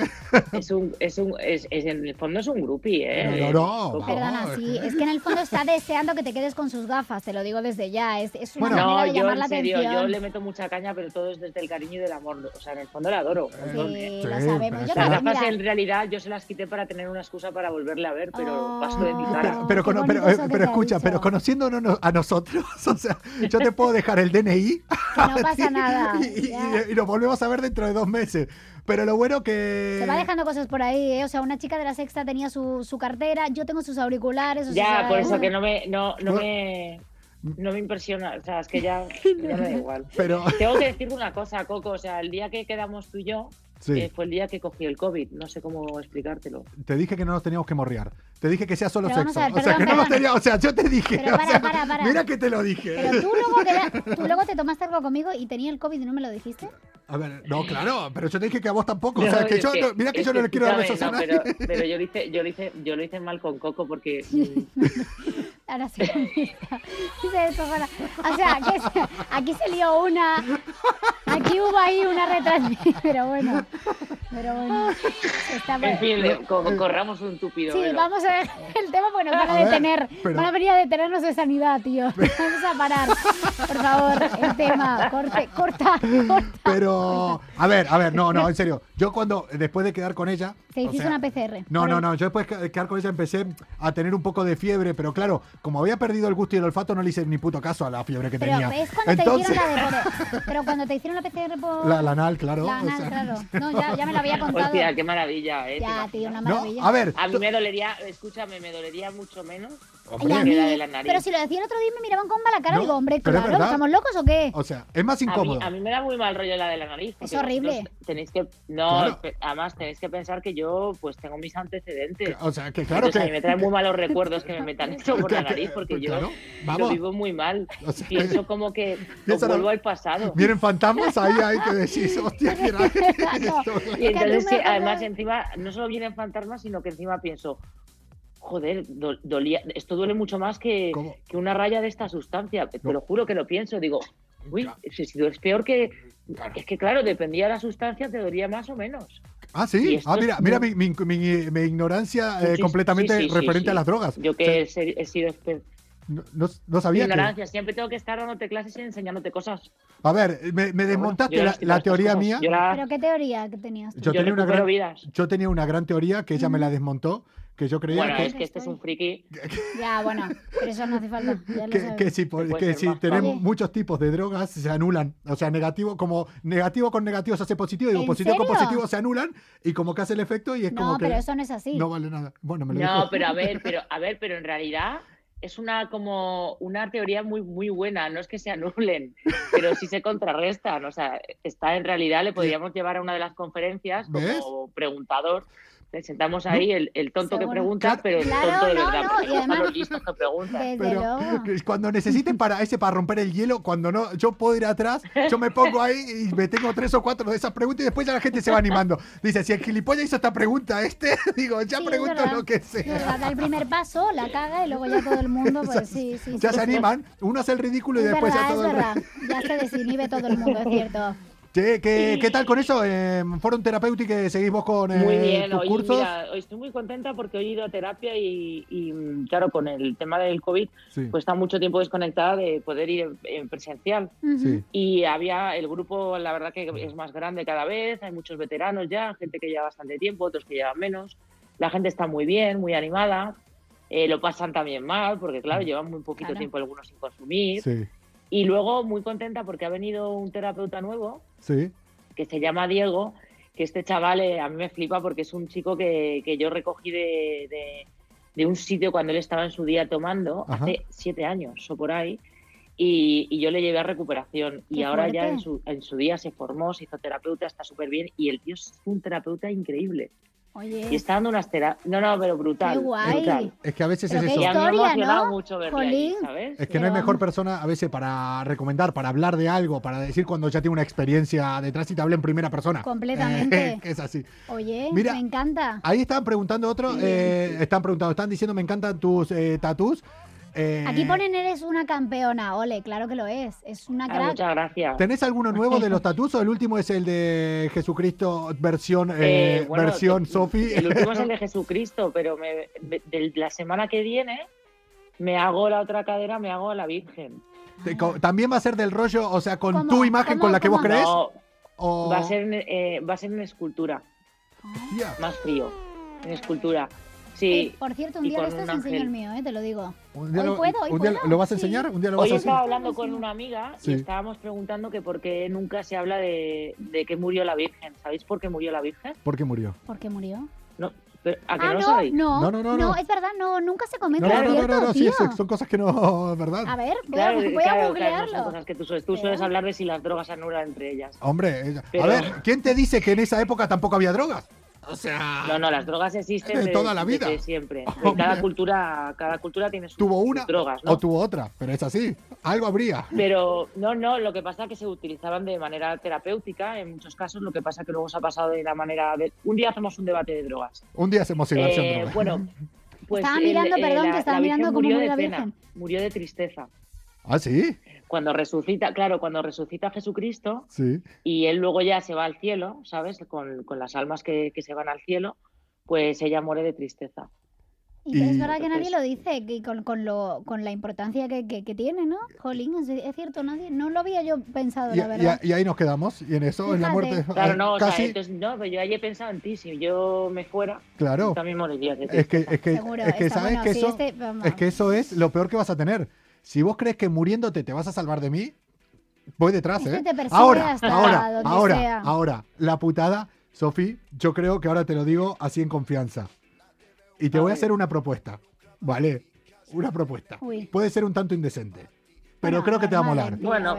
L: Es un, es un, es, es- en el fondo es un groupie, ¿eh?
B: No, no, no,
L: Es-
C: Perdona, sí, es que en el fondo está deseando que te quedes con sus gafas, te lo digo desde ya. Es, es una manera
L: no,
C: de
L: yo
C: llamar
L: en
C: la
L: serio, yo
C: atención.
L: le meto mucha caña, pero todo es desde el cariño y del amor. O sea, en el fondo la adoro. perdón, ¿eh?
C: lo Sí, sabemos. pero Yo es que
L: Las
C: no-
L: gafas
C: mira.
L: en realidad yo se las quité para tener una excusa para volverle a ver,
C: Ah.
L: pero paso de mi cara.
B: Pero, pero cono- pero, eh, pero escucha, pero conociéndonos no- a nosotros, o sea, yo te puedo dejar el DNI
C: No pasa nada.
B: y,
C: ya.
B: y nos volvemos a ver dentro de dos meses. Pero lo bueno que...
C: Se va dejando cosas por ahí, ¿eh? O sea, una chica de la sexta tenía su, su cartera, yo tengo sus auriculares. o
L: Ya,
C: sea, uh.
L: por eso que no me, no, no me, no me impresiona. O sea, es que ya, ya me da igual.
B: Pero-
L: Tengo que decirte una cosa, Coco. O sea, el día que quedamos tú y yo
B: Sí.
L: eh, fue el día que cogí el COVID. No sé cómo explicártelo.
B: Te dije que no nos teníamos que morrear. Te dije que sea solo
L: Pero vamos
B: sexo.
L: a ver,
B: o sea,
L: perdón,
B: que no nos
L: perdón.
B: teníamos- o sea, yo te dije.
C: Pero
B: o
C: para,
B: sea,
C: para, para.
B: Mira que te lo dije.
C: Pero tú luego, queda- tú luego te tomaste algo conmigo y tenía el COVID y no me lo dijiste.
B: A ver, no, claro, pero yo te dije que a vos tampoco. o
L: No,
B: sea, que
L: es
B: yo, no- mira que
L: es
B: yo no le quiero dar besos a
L: escúchame,
B: nadie.
L: no, pero, pero yo lo hice, yo lo hice, yo lo hice mal con Coco porque
C: Ahora sí. Dice esto, para- O sea, que se- aquí se lió una. Aquí hubo ahí una retransmisión. Pero bueno. Pero bueno. Está
L: en fin, le- co-
C: Sí,
L: corramos un tupido. velo.
C: vamos a dejar el tema porque nos van a,
L: A ver,
C: detener.
L: pero-
C: Van a venir a detenernos de sanidad, tío. Vamos a parar. Por favor, el tema. Corte, corta. corta.
B: Pero, a ver, a ver, no, no, en serio. Yo cuando, después de quedar con ella.
C: Te
B: o sea,
C: hiciste una PCR.
B: No,
C: Por
B: no,
C: el-
B: no. Yo después de quedar con ella empecé a tener un poco de fiebre, pero claro, como había perdido el gusto y el olfato, no le hice ni puto caso a la fiebre que
C: Pero
B: tenía.
C: es cuando te hicieron la de por- Pero cuando te hicieron la PCR por.
B: La- la anal, claro,
C: La
B: o
C: anal,
B: sea.
C: claro. No, ya, ya me lo había contado.
L: Hostia, qué maravilla, eh.
C: Ya,
L: ¿Te
C: tío, una
L: imaginas?
C: maravilla.
B: a ver,
L: A mí me dolería, escúchame, me dolería mucho menos
B: Hombre.
L: que la de la nariz.
C: Pero si lo decía el otro día, me miraban con mala cara.
B: No,
C: digo, hombre,
B: pero es
C: claro,
B: verdad.
C: ¿estamos locos o qué?
B: O sea, es más
L: A mí-
B: incómodo.
L: A mí, me da muy mal rollo la de la nariz. porque
C: horrible.
L: vosotros Tenéis que, no,
B: Claro.
L: pe- además tenéis que pensar que yo pues tengo mis antecedentes.
B: O sea, que claro
L: Entonces,
B: que-
L: a mí me traen muy
B: que-
L: malos recuerdos que me metan eso por la
B: que- que-
L: nariz porque yo
B: claro,
L: lo
B: vamos.
L: vivo muy mal.
B: O sea,
L: Pienso como que
B: piensa la-
L: vuelvo al pasado.
B: Miren fantasmas ahí, ahí que decís, hostia, que era esto?
L: Y entonces, sí, además, encima, no solo vienen fantasmas, sino que encima pienso, joder, do- dolía, esto duele mucho más que, que una raya de esta sustancia. Te lo juro que lo pienso, digo, uy, si, si es peor que. Es que, claro, dependía de la sustancia, te dolía más o menos.
B: Ah,
L: Y
B: sí.
L: esto
B: Ah,
L: es
B: mira,
L: muy-
B: mira mi, mi- mi- mi ignorancia eh,
L: Sí, sí,
B: completamente
L: sí, sí, sí,
B: referente
L: sí.
B: a las drogas.
L: Yo
B: O sea,
L: que he, he sido exper-
B: no, no- no sabía que.
L: ignorancia, siempre tengo que estar dándote clases y enseñándote cosas.
B: A ver, me, me desmontaste
L: yo
B: la-
L: las-
B: la,
L: las
B: teoría
L: cosas,
B: mía.
L: yo la-
C: ¿Pero qué teoría que tenías? tú?
B: Yo, tenía una gran,
L: recupero vidas.
B: yo tenía una gran teoría que ella me la desmontó, que yo creía
L: Bueno,
B: que,
L: es que este es un friki.
C: Ya, bueno, pero eso no hace falta. ya lo
B: que,
C: sabes.
B: que si, por-
L: Puede
B: que
L: ser
B: si
L: más
B: tenemos
C: fácil.
B: muchos tipos de drogas se anulan. O sea, negativo, como negativo con negativo se hace positivo, digo,
C: ¿En
B: positivo con
C: serio?
B: positivo se anulan y como que hace el efecto y es
C: No,
B: como que
C: pero eso no es así.
B: no vale nada. Bueno, me lo
L: No,
B: dijo.
L: pero a ver, pero a ver, pero en realidad es una como una teoría muy muy buena, no es que se anulen, pero sí se contrarrestan, o sea, está en realidad le podríamos llevar a una de las conferencias como preguntador. Le sentamos ahí el, el tonto que
C: Seguro.
L: pregunta, pero el
C: Claro,
L: tonto de
C: no,
L: verdad,
C: no,
L: porque
C: y
L: no son
C: además- eh,
L: los listos que preguntan.
C: Desde
B: Pero
C: luego.
B: que cuando necesiten para ese para romper el hielo, cuando no, yo puedo ir atrás, yo me pongo ahí y me tengo tres o cuatro de esas preguntas y después ya la gente se va animando. Dice, si el gilipollas hizo esta pregunta, este, digo, ya
C: Sí, es
B: pregunto
C: verdad.
B: lo que
C: Es verdad,
B: sea.
C: Da el primer paso, la caga y luego ya todo el mundo, pues sí, sí.
B: Ya
C: sí.
B: se animan, uno hace el ridículo y
C: Es
B: después
C: verdad,
B: ya todo
C: es
B: el
C: verdad.
B: resto.
C: Ya se desinhibe todo el mundo, es cierto.
B: Che, ¿qué, qué tal con eso? Eh, Forum Terapéutico que seguís vos con eh,
L: Muy bien,
B: tus
L: hoy,
B: cursos.
L: mira, hoy estoy muy contenta porque hoy he ido a terapia y, y, mm, claro, con el tema del COVID,
B: Sí.
L: pues está mucho tiempo desconectada de poder ir en, en presencial.
B: Sí.
L: Y había el grupo, la verdad que es más grande cada vez, hay muchos veteranos ya, gente que lleva bastante tiempo, otros que llevan menos. La gente está muy bien, muy animada. eh, lo pasan también mal, porque claro, llevan muy poquito
N: Claro.
L: tiempo algunos sin consumir.
B: Sí,
L: Y luego muy contenta porque ha venido un terapeuta nuevo
B: sí.
L: que se llama Diego, que este chaval eh, a mí me flipa porque es un chico que, que yo recogí de, de- de un sitio cuando él estaba en su día tomando,
O: Ajá.
L: hace siete años o por ahí, y, y yo le llevé a recuperación y
O: Qué
L: ahora ya
O: fuerte.
L: en su, en su día se formó, se hizo terapeuta, está súper bien y el tío es un terapeuta increíble.
C: Oye.
L: Y está dando unas terapias... No, no, pero brutal.
C: Qué guay.
L: brutal.
B: Es que a veces
C: Pero
B: es
C: qué
B: eso.
L: Y a mí me ha
C: historia,
L: emocionado
C: ¿no?
L: mucho verle
C: Jolín.
L: allí, ¿sabes?
B: Es que no hay mejor persona a veces para recomendar, para hablar de algo, para decir cuando ya tiene una experiencia detrás y te habla en primera persona.
C: Completamente.
B: que es así.
C: Oye,
B: Mira,
C: me encanta.
B: Ahí estaban preguntando otro, eh, están preguntando, están diciendo me encantan tus eh, tatús. Eh,
C: Aquí ponen eres una campeona, ole, claro que lo es. Es
L: Ah,
C: una crack.
L: gracias.
B: ¿Tenés alguno nuevo de los tatús o el último es el de Jesucristo versión
L: Eh,
B: eh,
L: bueno,
B: versión Sofi?
L: El último es el de Jesucristo, pero me- de, de la semana que viene me hago la otra cadera, me hago a la Virgen.
B: Te- co- También va a ser del rollo, o sea, con
L: ¿Cómo?
B: tu imagen
L: ¿Cómo?
B: con la que vos
L: ¿Cómo?
B: crees. Oh.
L: No,
B: o-
L: Va a ser, en- eh, va a ser en escultura.
C: Ah.
L: Más frío, en escultura. Sí.
C: Eh, por cierto, un
L: y
C: día
L: con
C: lo estás
L: un ángel.
C: enseñando el mío, eh, te lo digo.
B: Un día
C: hoy
B: lo-
C: puedo, hoy
B: un día
C: puedo.
B: lo vas a
C: Sí.
B: enseñar, un día lo
L: Hoy
B: vas a
L: estaba
B: enseñar.
L: hablando con una amiga
B: Sí.
L: y estábamos preguntando que por qué nunca se habla de, de que murió la Virgen. ¿Sabéis por qué murió la Virgen?
B: ¿Por qué murió?
C: ¿Por qué murió?
L: No, pero, ¿A que
C: ah,
L: no, lo
C: no,
L: sabéis?
C: no,
B: No, no, no, no.
C: es verdad, no, nunca se
B: No,
C: comenta.
B: no, no, no,
C: ¿cierto,
B: no, no, sí,
C: tío?
B: eso- son cosas que no, ¿verdad?
C: A ver, voy
L: Claro,
C: a, voy a
L: claro, claro,
C: googlearlo.
L: son cosas que tú, sueles- tú sueles hablar de si las drogas anulan entre ellas.
B: Hombre, ella- a
L: Pero-
B: ver, ¿quién te dice que en esa época tampoco había drogas? O sea,
L: No, no, las drogas existen
B: de
L: desde,
B: toda la vida.
L: desde siempre.
B: Hombre.
L: Cada cultura, cada cultura tiene sus,
B: tuvo
L: sus
B: una
L: drogas, ¿no?
B: o tuvo otra, pero es así, algo habría.
L: Pero no, no, lo que pasa es que se utilizaban de manera terapéutica en muchos casos, lo que pasa es que luego se ha pasado de la manera de... Un día hacemos un debate de drogas.
B: Un día hacemos diversión
L: Eh,
B: droga.
L: bueno, pues
C: Estaba
L: el-
C: mirando,
L: eh,
C: perdón,
L: la-
C: que estaba
L: la Virgen
C: mirando cómo
L: murió
C: murió
L: de
C: la
L: pena,
C: Virgen.
L: Murió de tristeza.
B: ¿Ah, sí?
L: Cuando resucita, claro, cuando resucita Jesucristo,
B: Sí.
L: y él luego ya se va al cielo, ¿sabes? Con, con las almas que, que se van al cielo, pues ella muere de tristeza.
C: Y que es verdad que nadie
L: Entonces-
B: pues
C: lo dice, que con, con, lo, con la importancia que, que, que tiene, ¿no? Jolín, es, es cierto, nadie, no lo había yo pensado,
B: Y,
C: la
B: y-
C: verdad.
B: y ahí nos quedamos, y en eso, en la
C: Fíjate.
B: muerte. eh,
L: Claro, no, o sea,
B: casi,
L: entonces, no, pero yo ayer pensaba en ti, si yo me fuera,
B: Claro.
L: yo también moriría de
B: es que,
L: tristeza.
B: es que,
L: Seguro,
B: es que
L: está
B: sabes
L: bueno,
B: que
L: sí,
B: eso,
L: este, vamos.
B: es que eso es lo peor que vas a tener. Si vos crees que muriéndote te vas a salvar de mí, voy detrás,
C: Es que
B: ¿eh?
C: te persigue
B: ahora,
C: hasta
B: ahora,
C: donde
B: ahora,
C: sea.
B: ahora, la putada, Sofi, yo creo que ahora te lo digo así en confianza. Y te voy a hacer una propuesta, ¿vale? Una propuesta.
C: Uy.
B: Puede ser un tanto indecente, pero creo que te va a molar.
L: Bueno,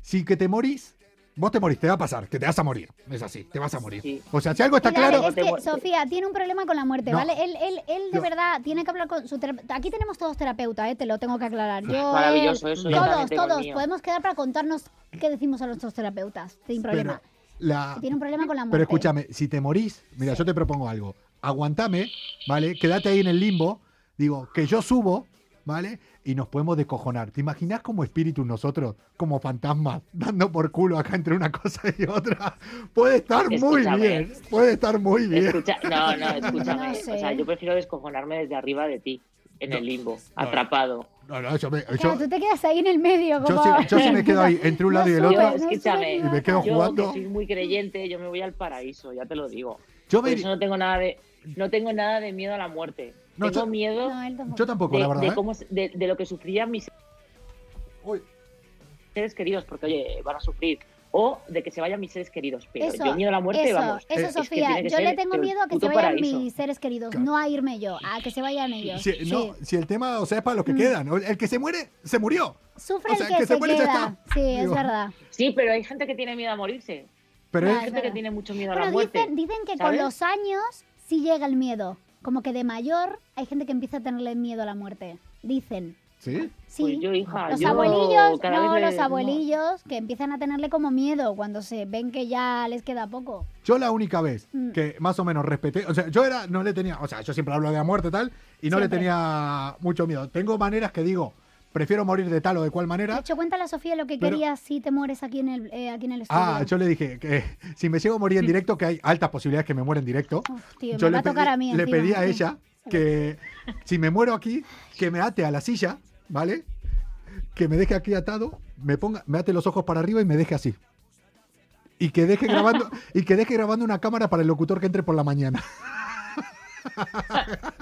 B: Si que te morís, vos te morís, te va a pasar, que te vas a morir. Es así, te vas a morir. O sea, si algo está
C: Mira,
B: claro,
C: es que Sofía tiene un problema con la muerte,
B: No.
C: ¿vale? Él, él, él de
B: No.
C: verdad tiene que hablar con su terapeuta. Aquí tenemos todos terapeutas, ¿eh? te lo tengo que aclarar. Yo,
L: Maravilloso,
C: él,
L: eso yo también
C: todos,
L: tengo el
C: todos.
L: mío.
C: Podemos quedar para contarnos qué decimos a nuestros terapeutas, sin problema.
B: la,
C: tiene un problema con la muerte.
B: ah. Pero escúchame, si te morís, mira, yo te propongo algo. Aguantame, ¿vale? Quédate ahí en el limbo. Digo, que yo subo, ¿vale? Y nos podemos descojonar. ¿Te imaginas como espíritus nosotros, como fantasmas, dando por culo acá entre una cosa y otra? Puede estar muy
L: Escúchame.
B: bien. Puede estar muy bien.
L: Escucha- no, no, escúchame.
B: No
L: O sea,
B: sé.
L: yo prefiero descojonarme desde arriba de ti, en el limbo, atrapado.
B: No, no, yo me,
C: Claro,
B: yo-
C: tú te quedas ahí en el
B: Yo
C: medio. Como...
B: sí- yo sí me quedo ahí, entre un lado y el otro,
L: Yo, escúchame,
B: y me quedo
L: yo
B: jugando.
L: que soy muy creyente, yo me voy al paraíso, ya te lo digo.
B: Yo
L: Por
B: me-
L: eso no tengo nada de, no tengo nada de miedo a la muerte.
B: No,
L: tengo
B: yo-
L: miedo.
B: yo tampoco,
L: de,
B: la verdad,
L: de
B: ¿eh?
L: cómo se- de- de lo que sufrían mis
B: Uy.
L: seres queridos, porque oye, van a sufrir. O de que se vayan mis seres queridos. Pero
C: Eso,
L: yo miedo a la muerte,
C: eso,
L: vamos. Eh,
C: Eso,
L: es que
C: Sofía.
L: tiene que
C: yo le
L: ser
C: tengo
L: el
C: miedo a que se
L: puto
C: vayan
L: paraíso.
C: mis seres queridos, no a irme yo, a que se vayan ellos.
B: si,
C: Sí.
B: no, si el tema, o sea, es para los que quedan. El que se muere, se murió.
C: Sufre
B: o sea,
C: el que, se,
B: muere ya
C: queda.
B: está.
C: Sí, es
B: Digo,
C: verdad.
L: Sí, pero hay gente que tiene miedo a morirse.
B: Pero
L: hay
B: es-
L: gente que tiene mucho miedo a la
C: Bueno,
L: muerte.
C: dicen, dicen que
L: ¿sabes?
C: con los años sí llega el miedo. Como que de mayor hay gente que empieza a tenerle miedo a la muerte. Dicen.
B: ¿Sí?
C: Sí.
L: Pues yo, hija,
C: Los
L: yo
C: abuelillos,
L: cada
C: no,
L: vez le-
C: los abuelillos que empiezan a tenerle como miedo cuando se ven que ya les queda poco.
B: Yo la única vez
C: Mm.
B: que más o menos respeté, o sea, yo era, no le tenía, o sea, yo siempre hablo de la muerte tal, y no le
C: Siempre.
B: tenía mucho miedo. Tengo maneras que digo, prefiero morir de tal o de cual
C: De
B: manera.
C: hecho, cuéntale a Sofía lo que
B: Pero-
C: querías si te mueres aquí en el, eh, aquí en el estudio.
B: Ah, yo le dije que si me llego a morir en directo, que hay altas posibilidades que me muera en directo.
C: Tío,
B: yo
C: me va
B: le,
C: a tocar
B: pedí,
C: a mí
B: le
C: encima. ¿eh?
B: pedí a ella que si me muero aquí, que me ate a la silla, ¿vale? Que me deje aquí atado, me ponga, me ate los ojos para arriba y me deje así. Y que deje grabando, y que deje grabando una cámara para el locutor que entre por la mañana.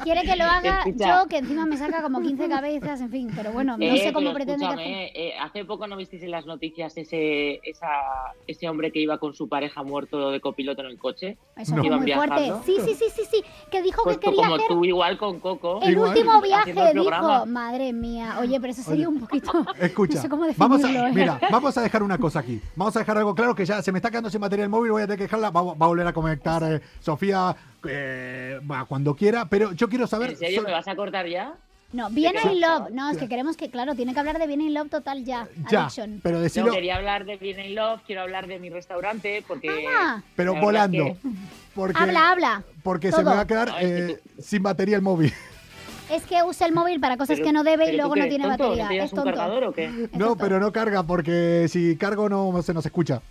C: Quiere que lo haga
L: Escucha.
C: yo, que encima me saca como 15 cabezas, en fin, pero bueno, no
L: Eh,
C: sé cómo
L: pero
C: pretende que...
L: escúchame, eh, hace poco no visteis en las noticias ese, esa- ese hombre que iba con su pareja muerto de copiloto en el coche.
C: Eso
L: Que
C: fue
L: iban
C: muy fuerte.
L: viajando.
C: Sí, sí, sí, sí, sí, que dijo
L: Pues
C: que quería
L: como
C: hacer
L: tú igual con Coco.
C: el último viaje,
L: haciendo el
C: dijo.
L: programa.
C: Madre mía, oye, pero eso sería
L: Oye.
C: un poquito...
B: Escucha,
C: No sé cómo
B: vamos
C: definirlo,
B: a,
C: ¿eh?
B: mira, vamos a dejar una cosa aquí. Vamos a dejar algo claro que ya se me está quedando sin material móvil, voy a tener que dejarla, va, va a volver a conectar eh, Sofía eh, va, cuando quiera, pero yo quiero saber...
L: ¿En serio
B: so-
L: me vas a cortar ya?
C: No, Bien
B: Sí.
C: in Love. No, es que queremos que, claro, tiene que hablar de Bien in Love total ya.
B: Ya,
C: Addiction.
B: pero
L: No,
B: decilo,
L: quería hablar de Bien in Love, quiero hablar de mi restaurante, porque...
C: Ah,
B: pero
L: la verdad
B: volando.
L: que-
B: Porque,
C: Habla, habla.
B: Porque se
C: Todo.
B: me va a quedar eh, sin material móvil.
C: Es que usa el móvil para cosas
L: Pero-
C: que no debe y
L: pero tú
C: luego
L: qué
C: no
L: eres
C: tiene
L: tonto,
C: batería.
L: ¿no te llevas
C: es
L: un
C: tonto.
L: cargador o qué?
B: No, pero no carga, porque si cargo no se nos escucha.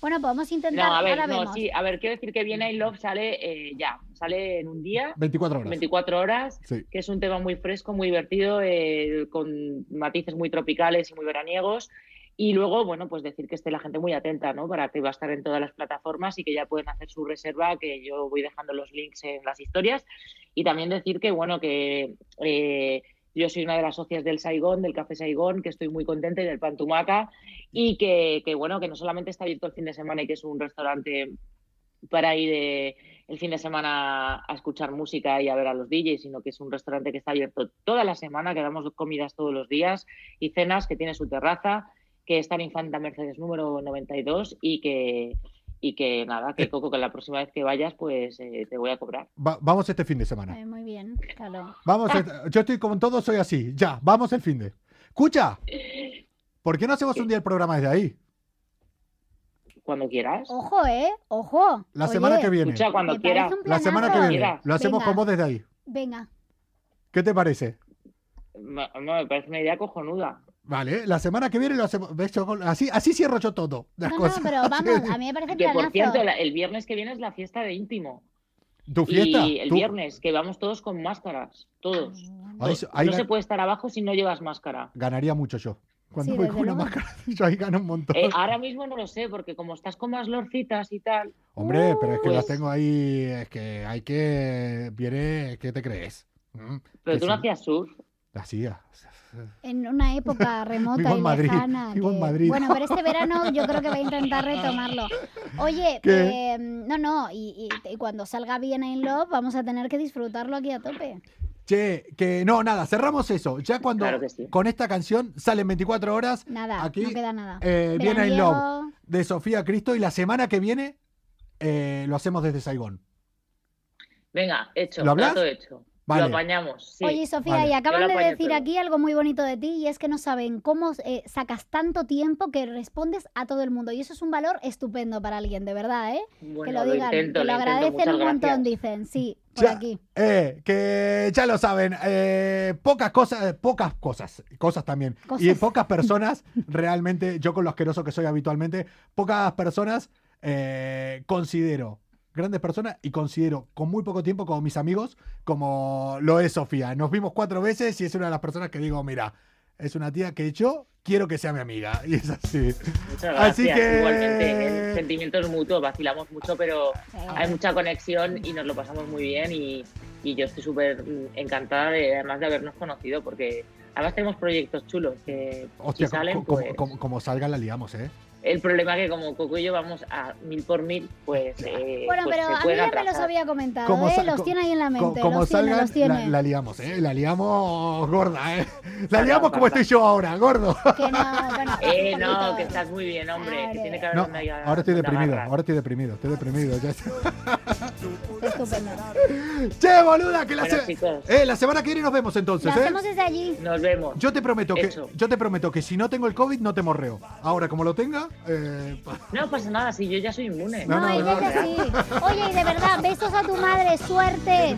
C: Bueno, podemos intentar.
L: No, a ver,
C: ahora
L: no,
C: vemos.
L: sí, a ver, quiero decir que Bien in Love sale eh, ya, sale en un día,
B: 24 horas.
L: 24 horas,
B: Sí.
L: que es un tema muy fresco, muy divertido, eh, con matices muy tropicales y muy veraniegos. Y luego, bueno, pues decir que esté la gente muy atenta, ¿no? Para que va a estar en todas las plataformas y que ya pueden hacer su reserva, que yo voy dejando los links en las historias. Y también decir que, bueno, que eh, yo soy una de las socias del Saigón, del Café Saigón, que estoy muy contenta y del Pantumaca. Y que, que, bueno, que no solamente está abierto el fin de semana y que es un restaurante para ir eh, el fin de semana a escuchar música y a ver a los DJs, sino que es un restaurante que está abierto toda la semana, que damos comidas todos los días y cenas, que tiene su terraza, que está en Infanta Mercedes número 92 y que, y que nada,
B: Eh.
L: que Coco, que la próxima vez que vayas, pues eh, te voy a cobrar.
B: Va- vamos este fin de semana.
C: Eh, muy bien, claro.
B: Vamos, este- yo estoy con todo, soy así. Ya, vamos el fin de. Escucha, ¿por qué no hacemos un día el programa desde ahí?
L: Cuando quieras.
C: Ojo, ¿eh? Ojo.
B: La
C: Oye,
B: semana que viene.
C: me parece un
B: La semana que
C: planazo.
B: viene. Lo hacemos
C: Venga,
B: con vos desde ahí.
C: Venga.
B: ¿Qué te parece?
L: Me, me parece una idea cojonuda.
B: Vale, la semana que viene lo hacemos. ¿Ves? Yo con- Así, así cierro yo todo. Las
C: No, no,
B: cosas.
C: pero vamos, a mí me parece
L: Que por cierto,
C: planazo.
L: la- el viernes que viene es la fiesta de íntimo.
B: ¿Tu fiesta?
L: Y el
B: ¿Tú?
L: viernes, que vamos todos con máscaras, todos.
B: Ahí- ahí
L: no
B: gan-
L: se puede estar abajo si no llevas máscara.
B: Ganaría mucho yo. Cuando
L: Sí,
B: voy
L: desde
B: con una
L: luego.
B: máscara, yo ahí gano un montón.
L: Eh, ahora mismo no lo sé, porque como estás con más lorcitas y tal.
B: Hombre, pero es que
L: Pues-
B: las tengo ahí. Es que hay que. Viene. ¿Qué te crees? ¿Mm?
L: Pero
B: Que
L: tú no
B: sí.
L: hacías surf.
B: Hacía.
C: En una época remota
B: Vivo
C: y
B: en Madrid,
C: lejana.
B: vivo en
C: que-
B: Madrid.
C: Bueno, pero este verano yo creo que voy a intentar retomarlo. Oye,
B: ¿Qué?
C: eh, no, no, y, y- y cuando salga bien en Love vamos a tener que disfrutarlo aquí a tope.
B: Che, que no, nada, cerramos eso. Ya cuando con esta canción salen 24 horas.
C: Nada,
B: Aquí,
C: no queda nada.
B: Eh, viene I
C: Veraniego.
B: Love de Sofía Cristo y la semana que viene eh, lo hacemos desde Saigón.
L: Venga, hecho.
B: ¿Lo hablas?
L: plato hecho.
B: Vale.
L: Lo apañamos. sí.
C: Oye, Sofía,
B: Vale.
C: y
L: Yo
C: acaban
L: lo
C: de
L: apaño
C: decir
L: todo.
C: aquí algo muy bonito de ti y es que no saben cómo eh, sacas tanto tiempo que respondes a todo el mundo. Y eso es un valor estupendo para alguien, de verdad, ¿eh? que
L: Bueno,
C: lo
L: lo
C: digan,
L: intento,
C: que lo
L: lo intento,
C: agradecen
L: muchas
C: un montón,
L: gracias.
C: dicen. Sí, por
B: Ya,
C: aquí.
B: eh, que ya lo saben, eh, pocas cosas, pocas cosas, cosas también.
C: Cosas.
B: Y pocas personas, realmente, yo con lo asqueroso que soy habitualmente, pocas personas eh, considero grandes personas y considero con muy poco tiempo como mis amigos, como lo es Sofía. Nos vimos cuatro veces y es una de las personas que digo, mira, es una tía que yo quiero que sea mi amiga. Y es así.
L: Muchas gracias.
B: Así que-
L: Igualmente, el sentimiento es mutuo, vacilamos mucho, pero
B: Ah.
L: hay mucha conexión y nos lo pasamos muy bien. Y, y yo estoy súper mm, encantada, de, además de habernos conocido, porque además tenemos proyectos chulos que
B: Hostia,
L: si salen,
B: co- co-
L: pues-
B: como, como- como salga la liamos, ¿eh?
L: El problema es que como Coco y yo vamos a mil por mil, pues... eh,
C: Bueno,
L: pues
C: pero
L: se
C: a mí
L: pueden
C: ya me los
L: atrasar.
C: había comentado,
B: Como
C: ¿eh?
B: sa-
C: Los
B: co-
C: tiene ahí en la
B: Co-
C: mente.
B: como
C: los tiene,
B: salga,
C: los tiene.
B: La, la liamos, ¿eh? La liamos gorda, ¿eh? La liamos como estoy yo ahora, gordo.
L: Eh, no, que estás muy bien,
C: Ah,
L: hombre. Que tiene que haber
B: No,
L: una liga-
B: ahora estoy
L: una
B: deprimido,
L: barra.
B: ahora estoy deprimido, estoy deprimido. ya está.
C: Estupendo.
B: Che, boluda, que la,
L: Bueno,
B: se-
L: chicos.
B: eh, la semana que viene nos vemos entonces,
C: Lo
B: ¿eh?
C: hacemos desde allí.
L: Nos vemos.
B: Yo te prometo que
L: Hecho.
B: yo te prometo que si no tengo el COVID no te morreo. Ahora, como lo tenga, eh, pa-
L: No pasa nada, si yo ya soy inmune.
B: No,
C: No, ella es así. Oye, y de verdad, besos a tu madre, suerte.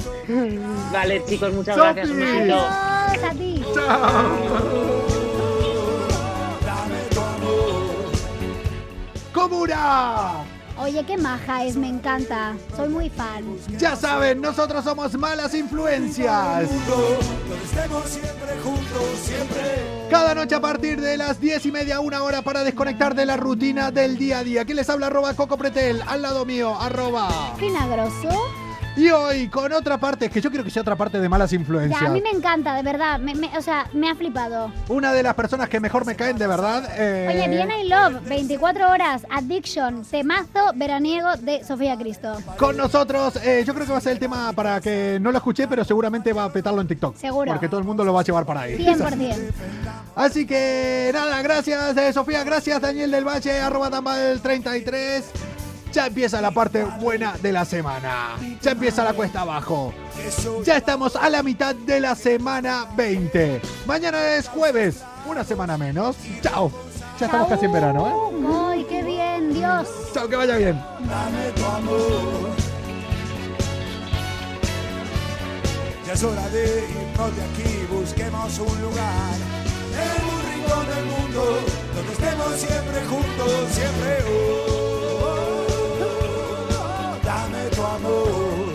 L: Vale, chicos, muchas
C: Sofi.
L: gracias. Un besito.
C: Adiós a ti.
B: ¡Comuna!
C: Oye, qué maja es, me encanta. Soy muy fan.
B: Ya saben, nosotros somos malas influencias.
K: Donde estemos siempre juntos, siempre.
B: Cada noche a partir de las 10 y media, una hora para desconectar de la rutina del día a día. ¿Quién les habla? Arroba Coco Pretel. Al lado mío, arroba.
C: Finagroso.
B: Y hoy con otra parte, que yo creo que sea otra parte de malas influencias.
C: Ya, a mí me encanta, de verdad. Me- me- o sea, me ha flipado.
B: Una de las personas que mejor me caen de verdad. eh,
C: Oye, Viena y Love, 24 horas, Addiction, temazo veraniego de Sofía Cristo.
B: Con nosotros, eh, yo creo que va a ser el tema para que no lo escuché, pero seguramente va a petarlo en TikTok.
C: Seguro.
B: Porque todo el mundo lo va a llevar para ahí.
C: 100%.
B: Así que nada, gracias eh, Sofía, gracias Daniel del Valle, arroba Dambal33. Ya empieza la parte buena de la semana. Ya empieza la cuesta abajo. Ya estamos a la mitad de la semana 20. Mañana es jueves, una semana menos. Chao. Ya estamos casi en verano, ¿eh?
C: ¡Ay, qué bien, Dios!
B: Chao, que vaya bien.
K: Dame tu amor. Ya es hora de irnos de aquí, busquemos un lugar en un rincón del mundo donde estemos siempre juntos, siempre. oh, oh, oh, dame tu amor.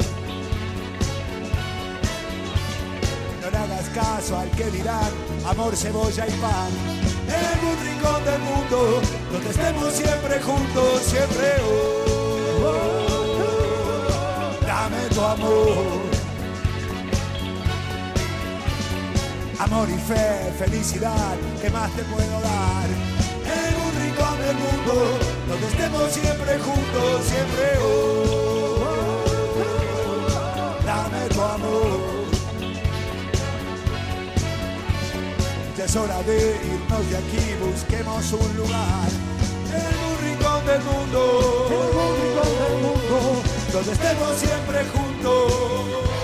K: No le hagas caso al que dirán amor, cebolla y pan. En un rincón del mundo donde estemos siempre juntos, siempre. oh, oh, oh, dame tu amor. Amor y fe, felicidad, ¿qué más te puedo dar? En un rincón del mundo, donde estemos siempre juntos, siempre. oh, oh, oh, dame tu amor. Ya es hora de irnos de aquí, busquemos un lugar. En un rincón del mundo, en un rincón del mundo, donde estemos siempre juntos.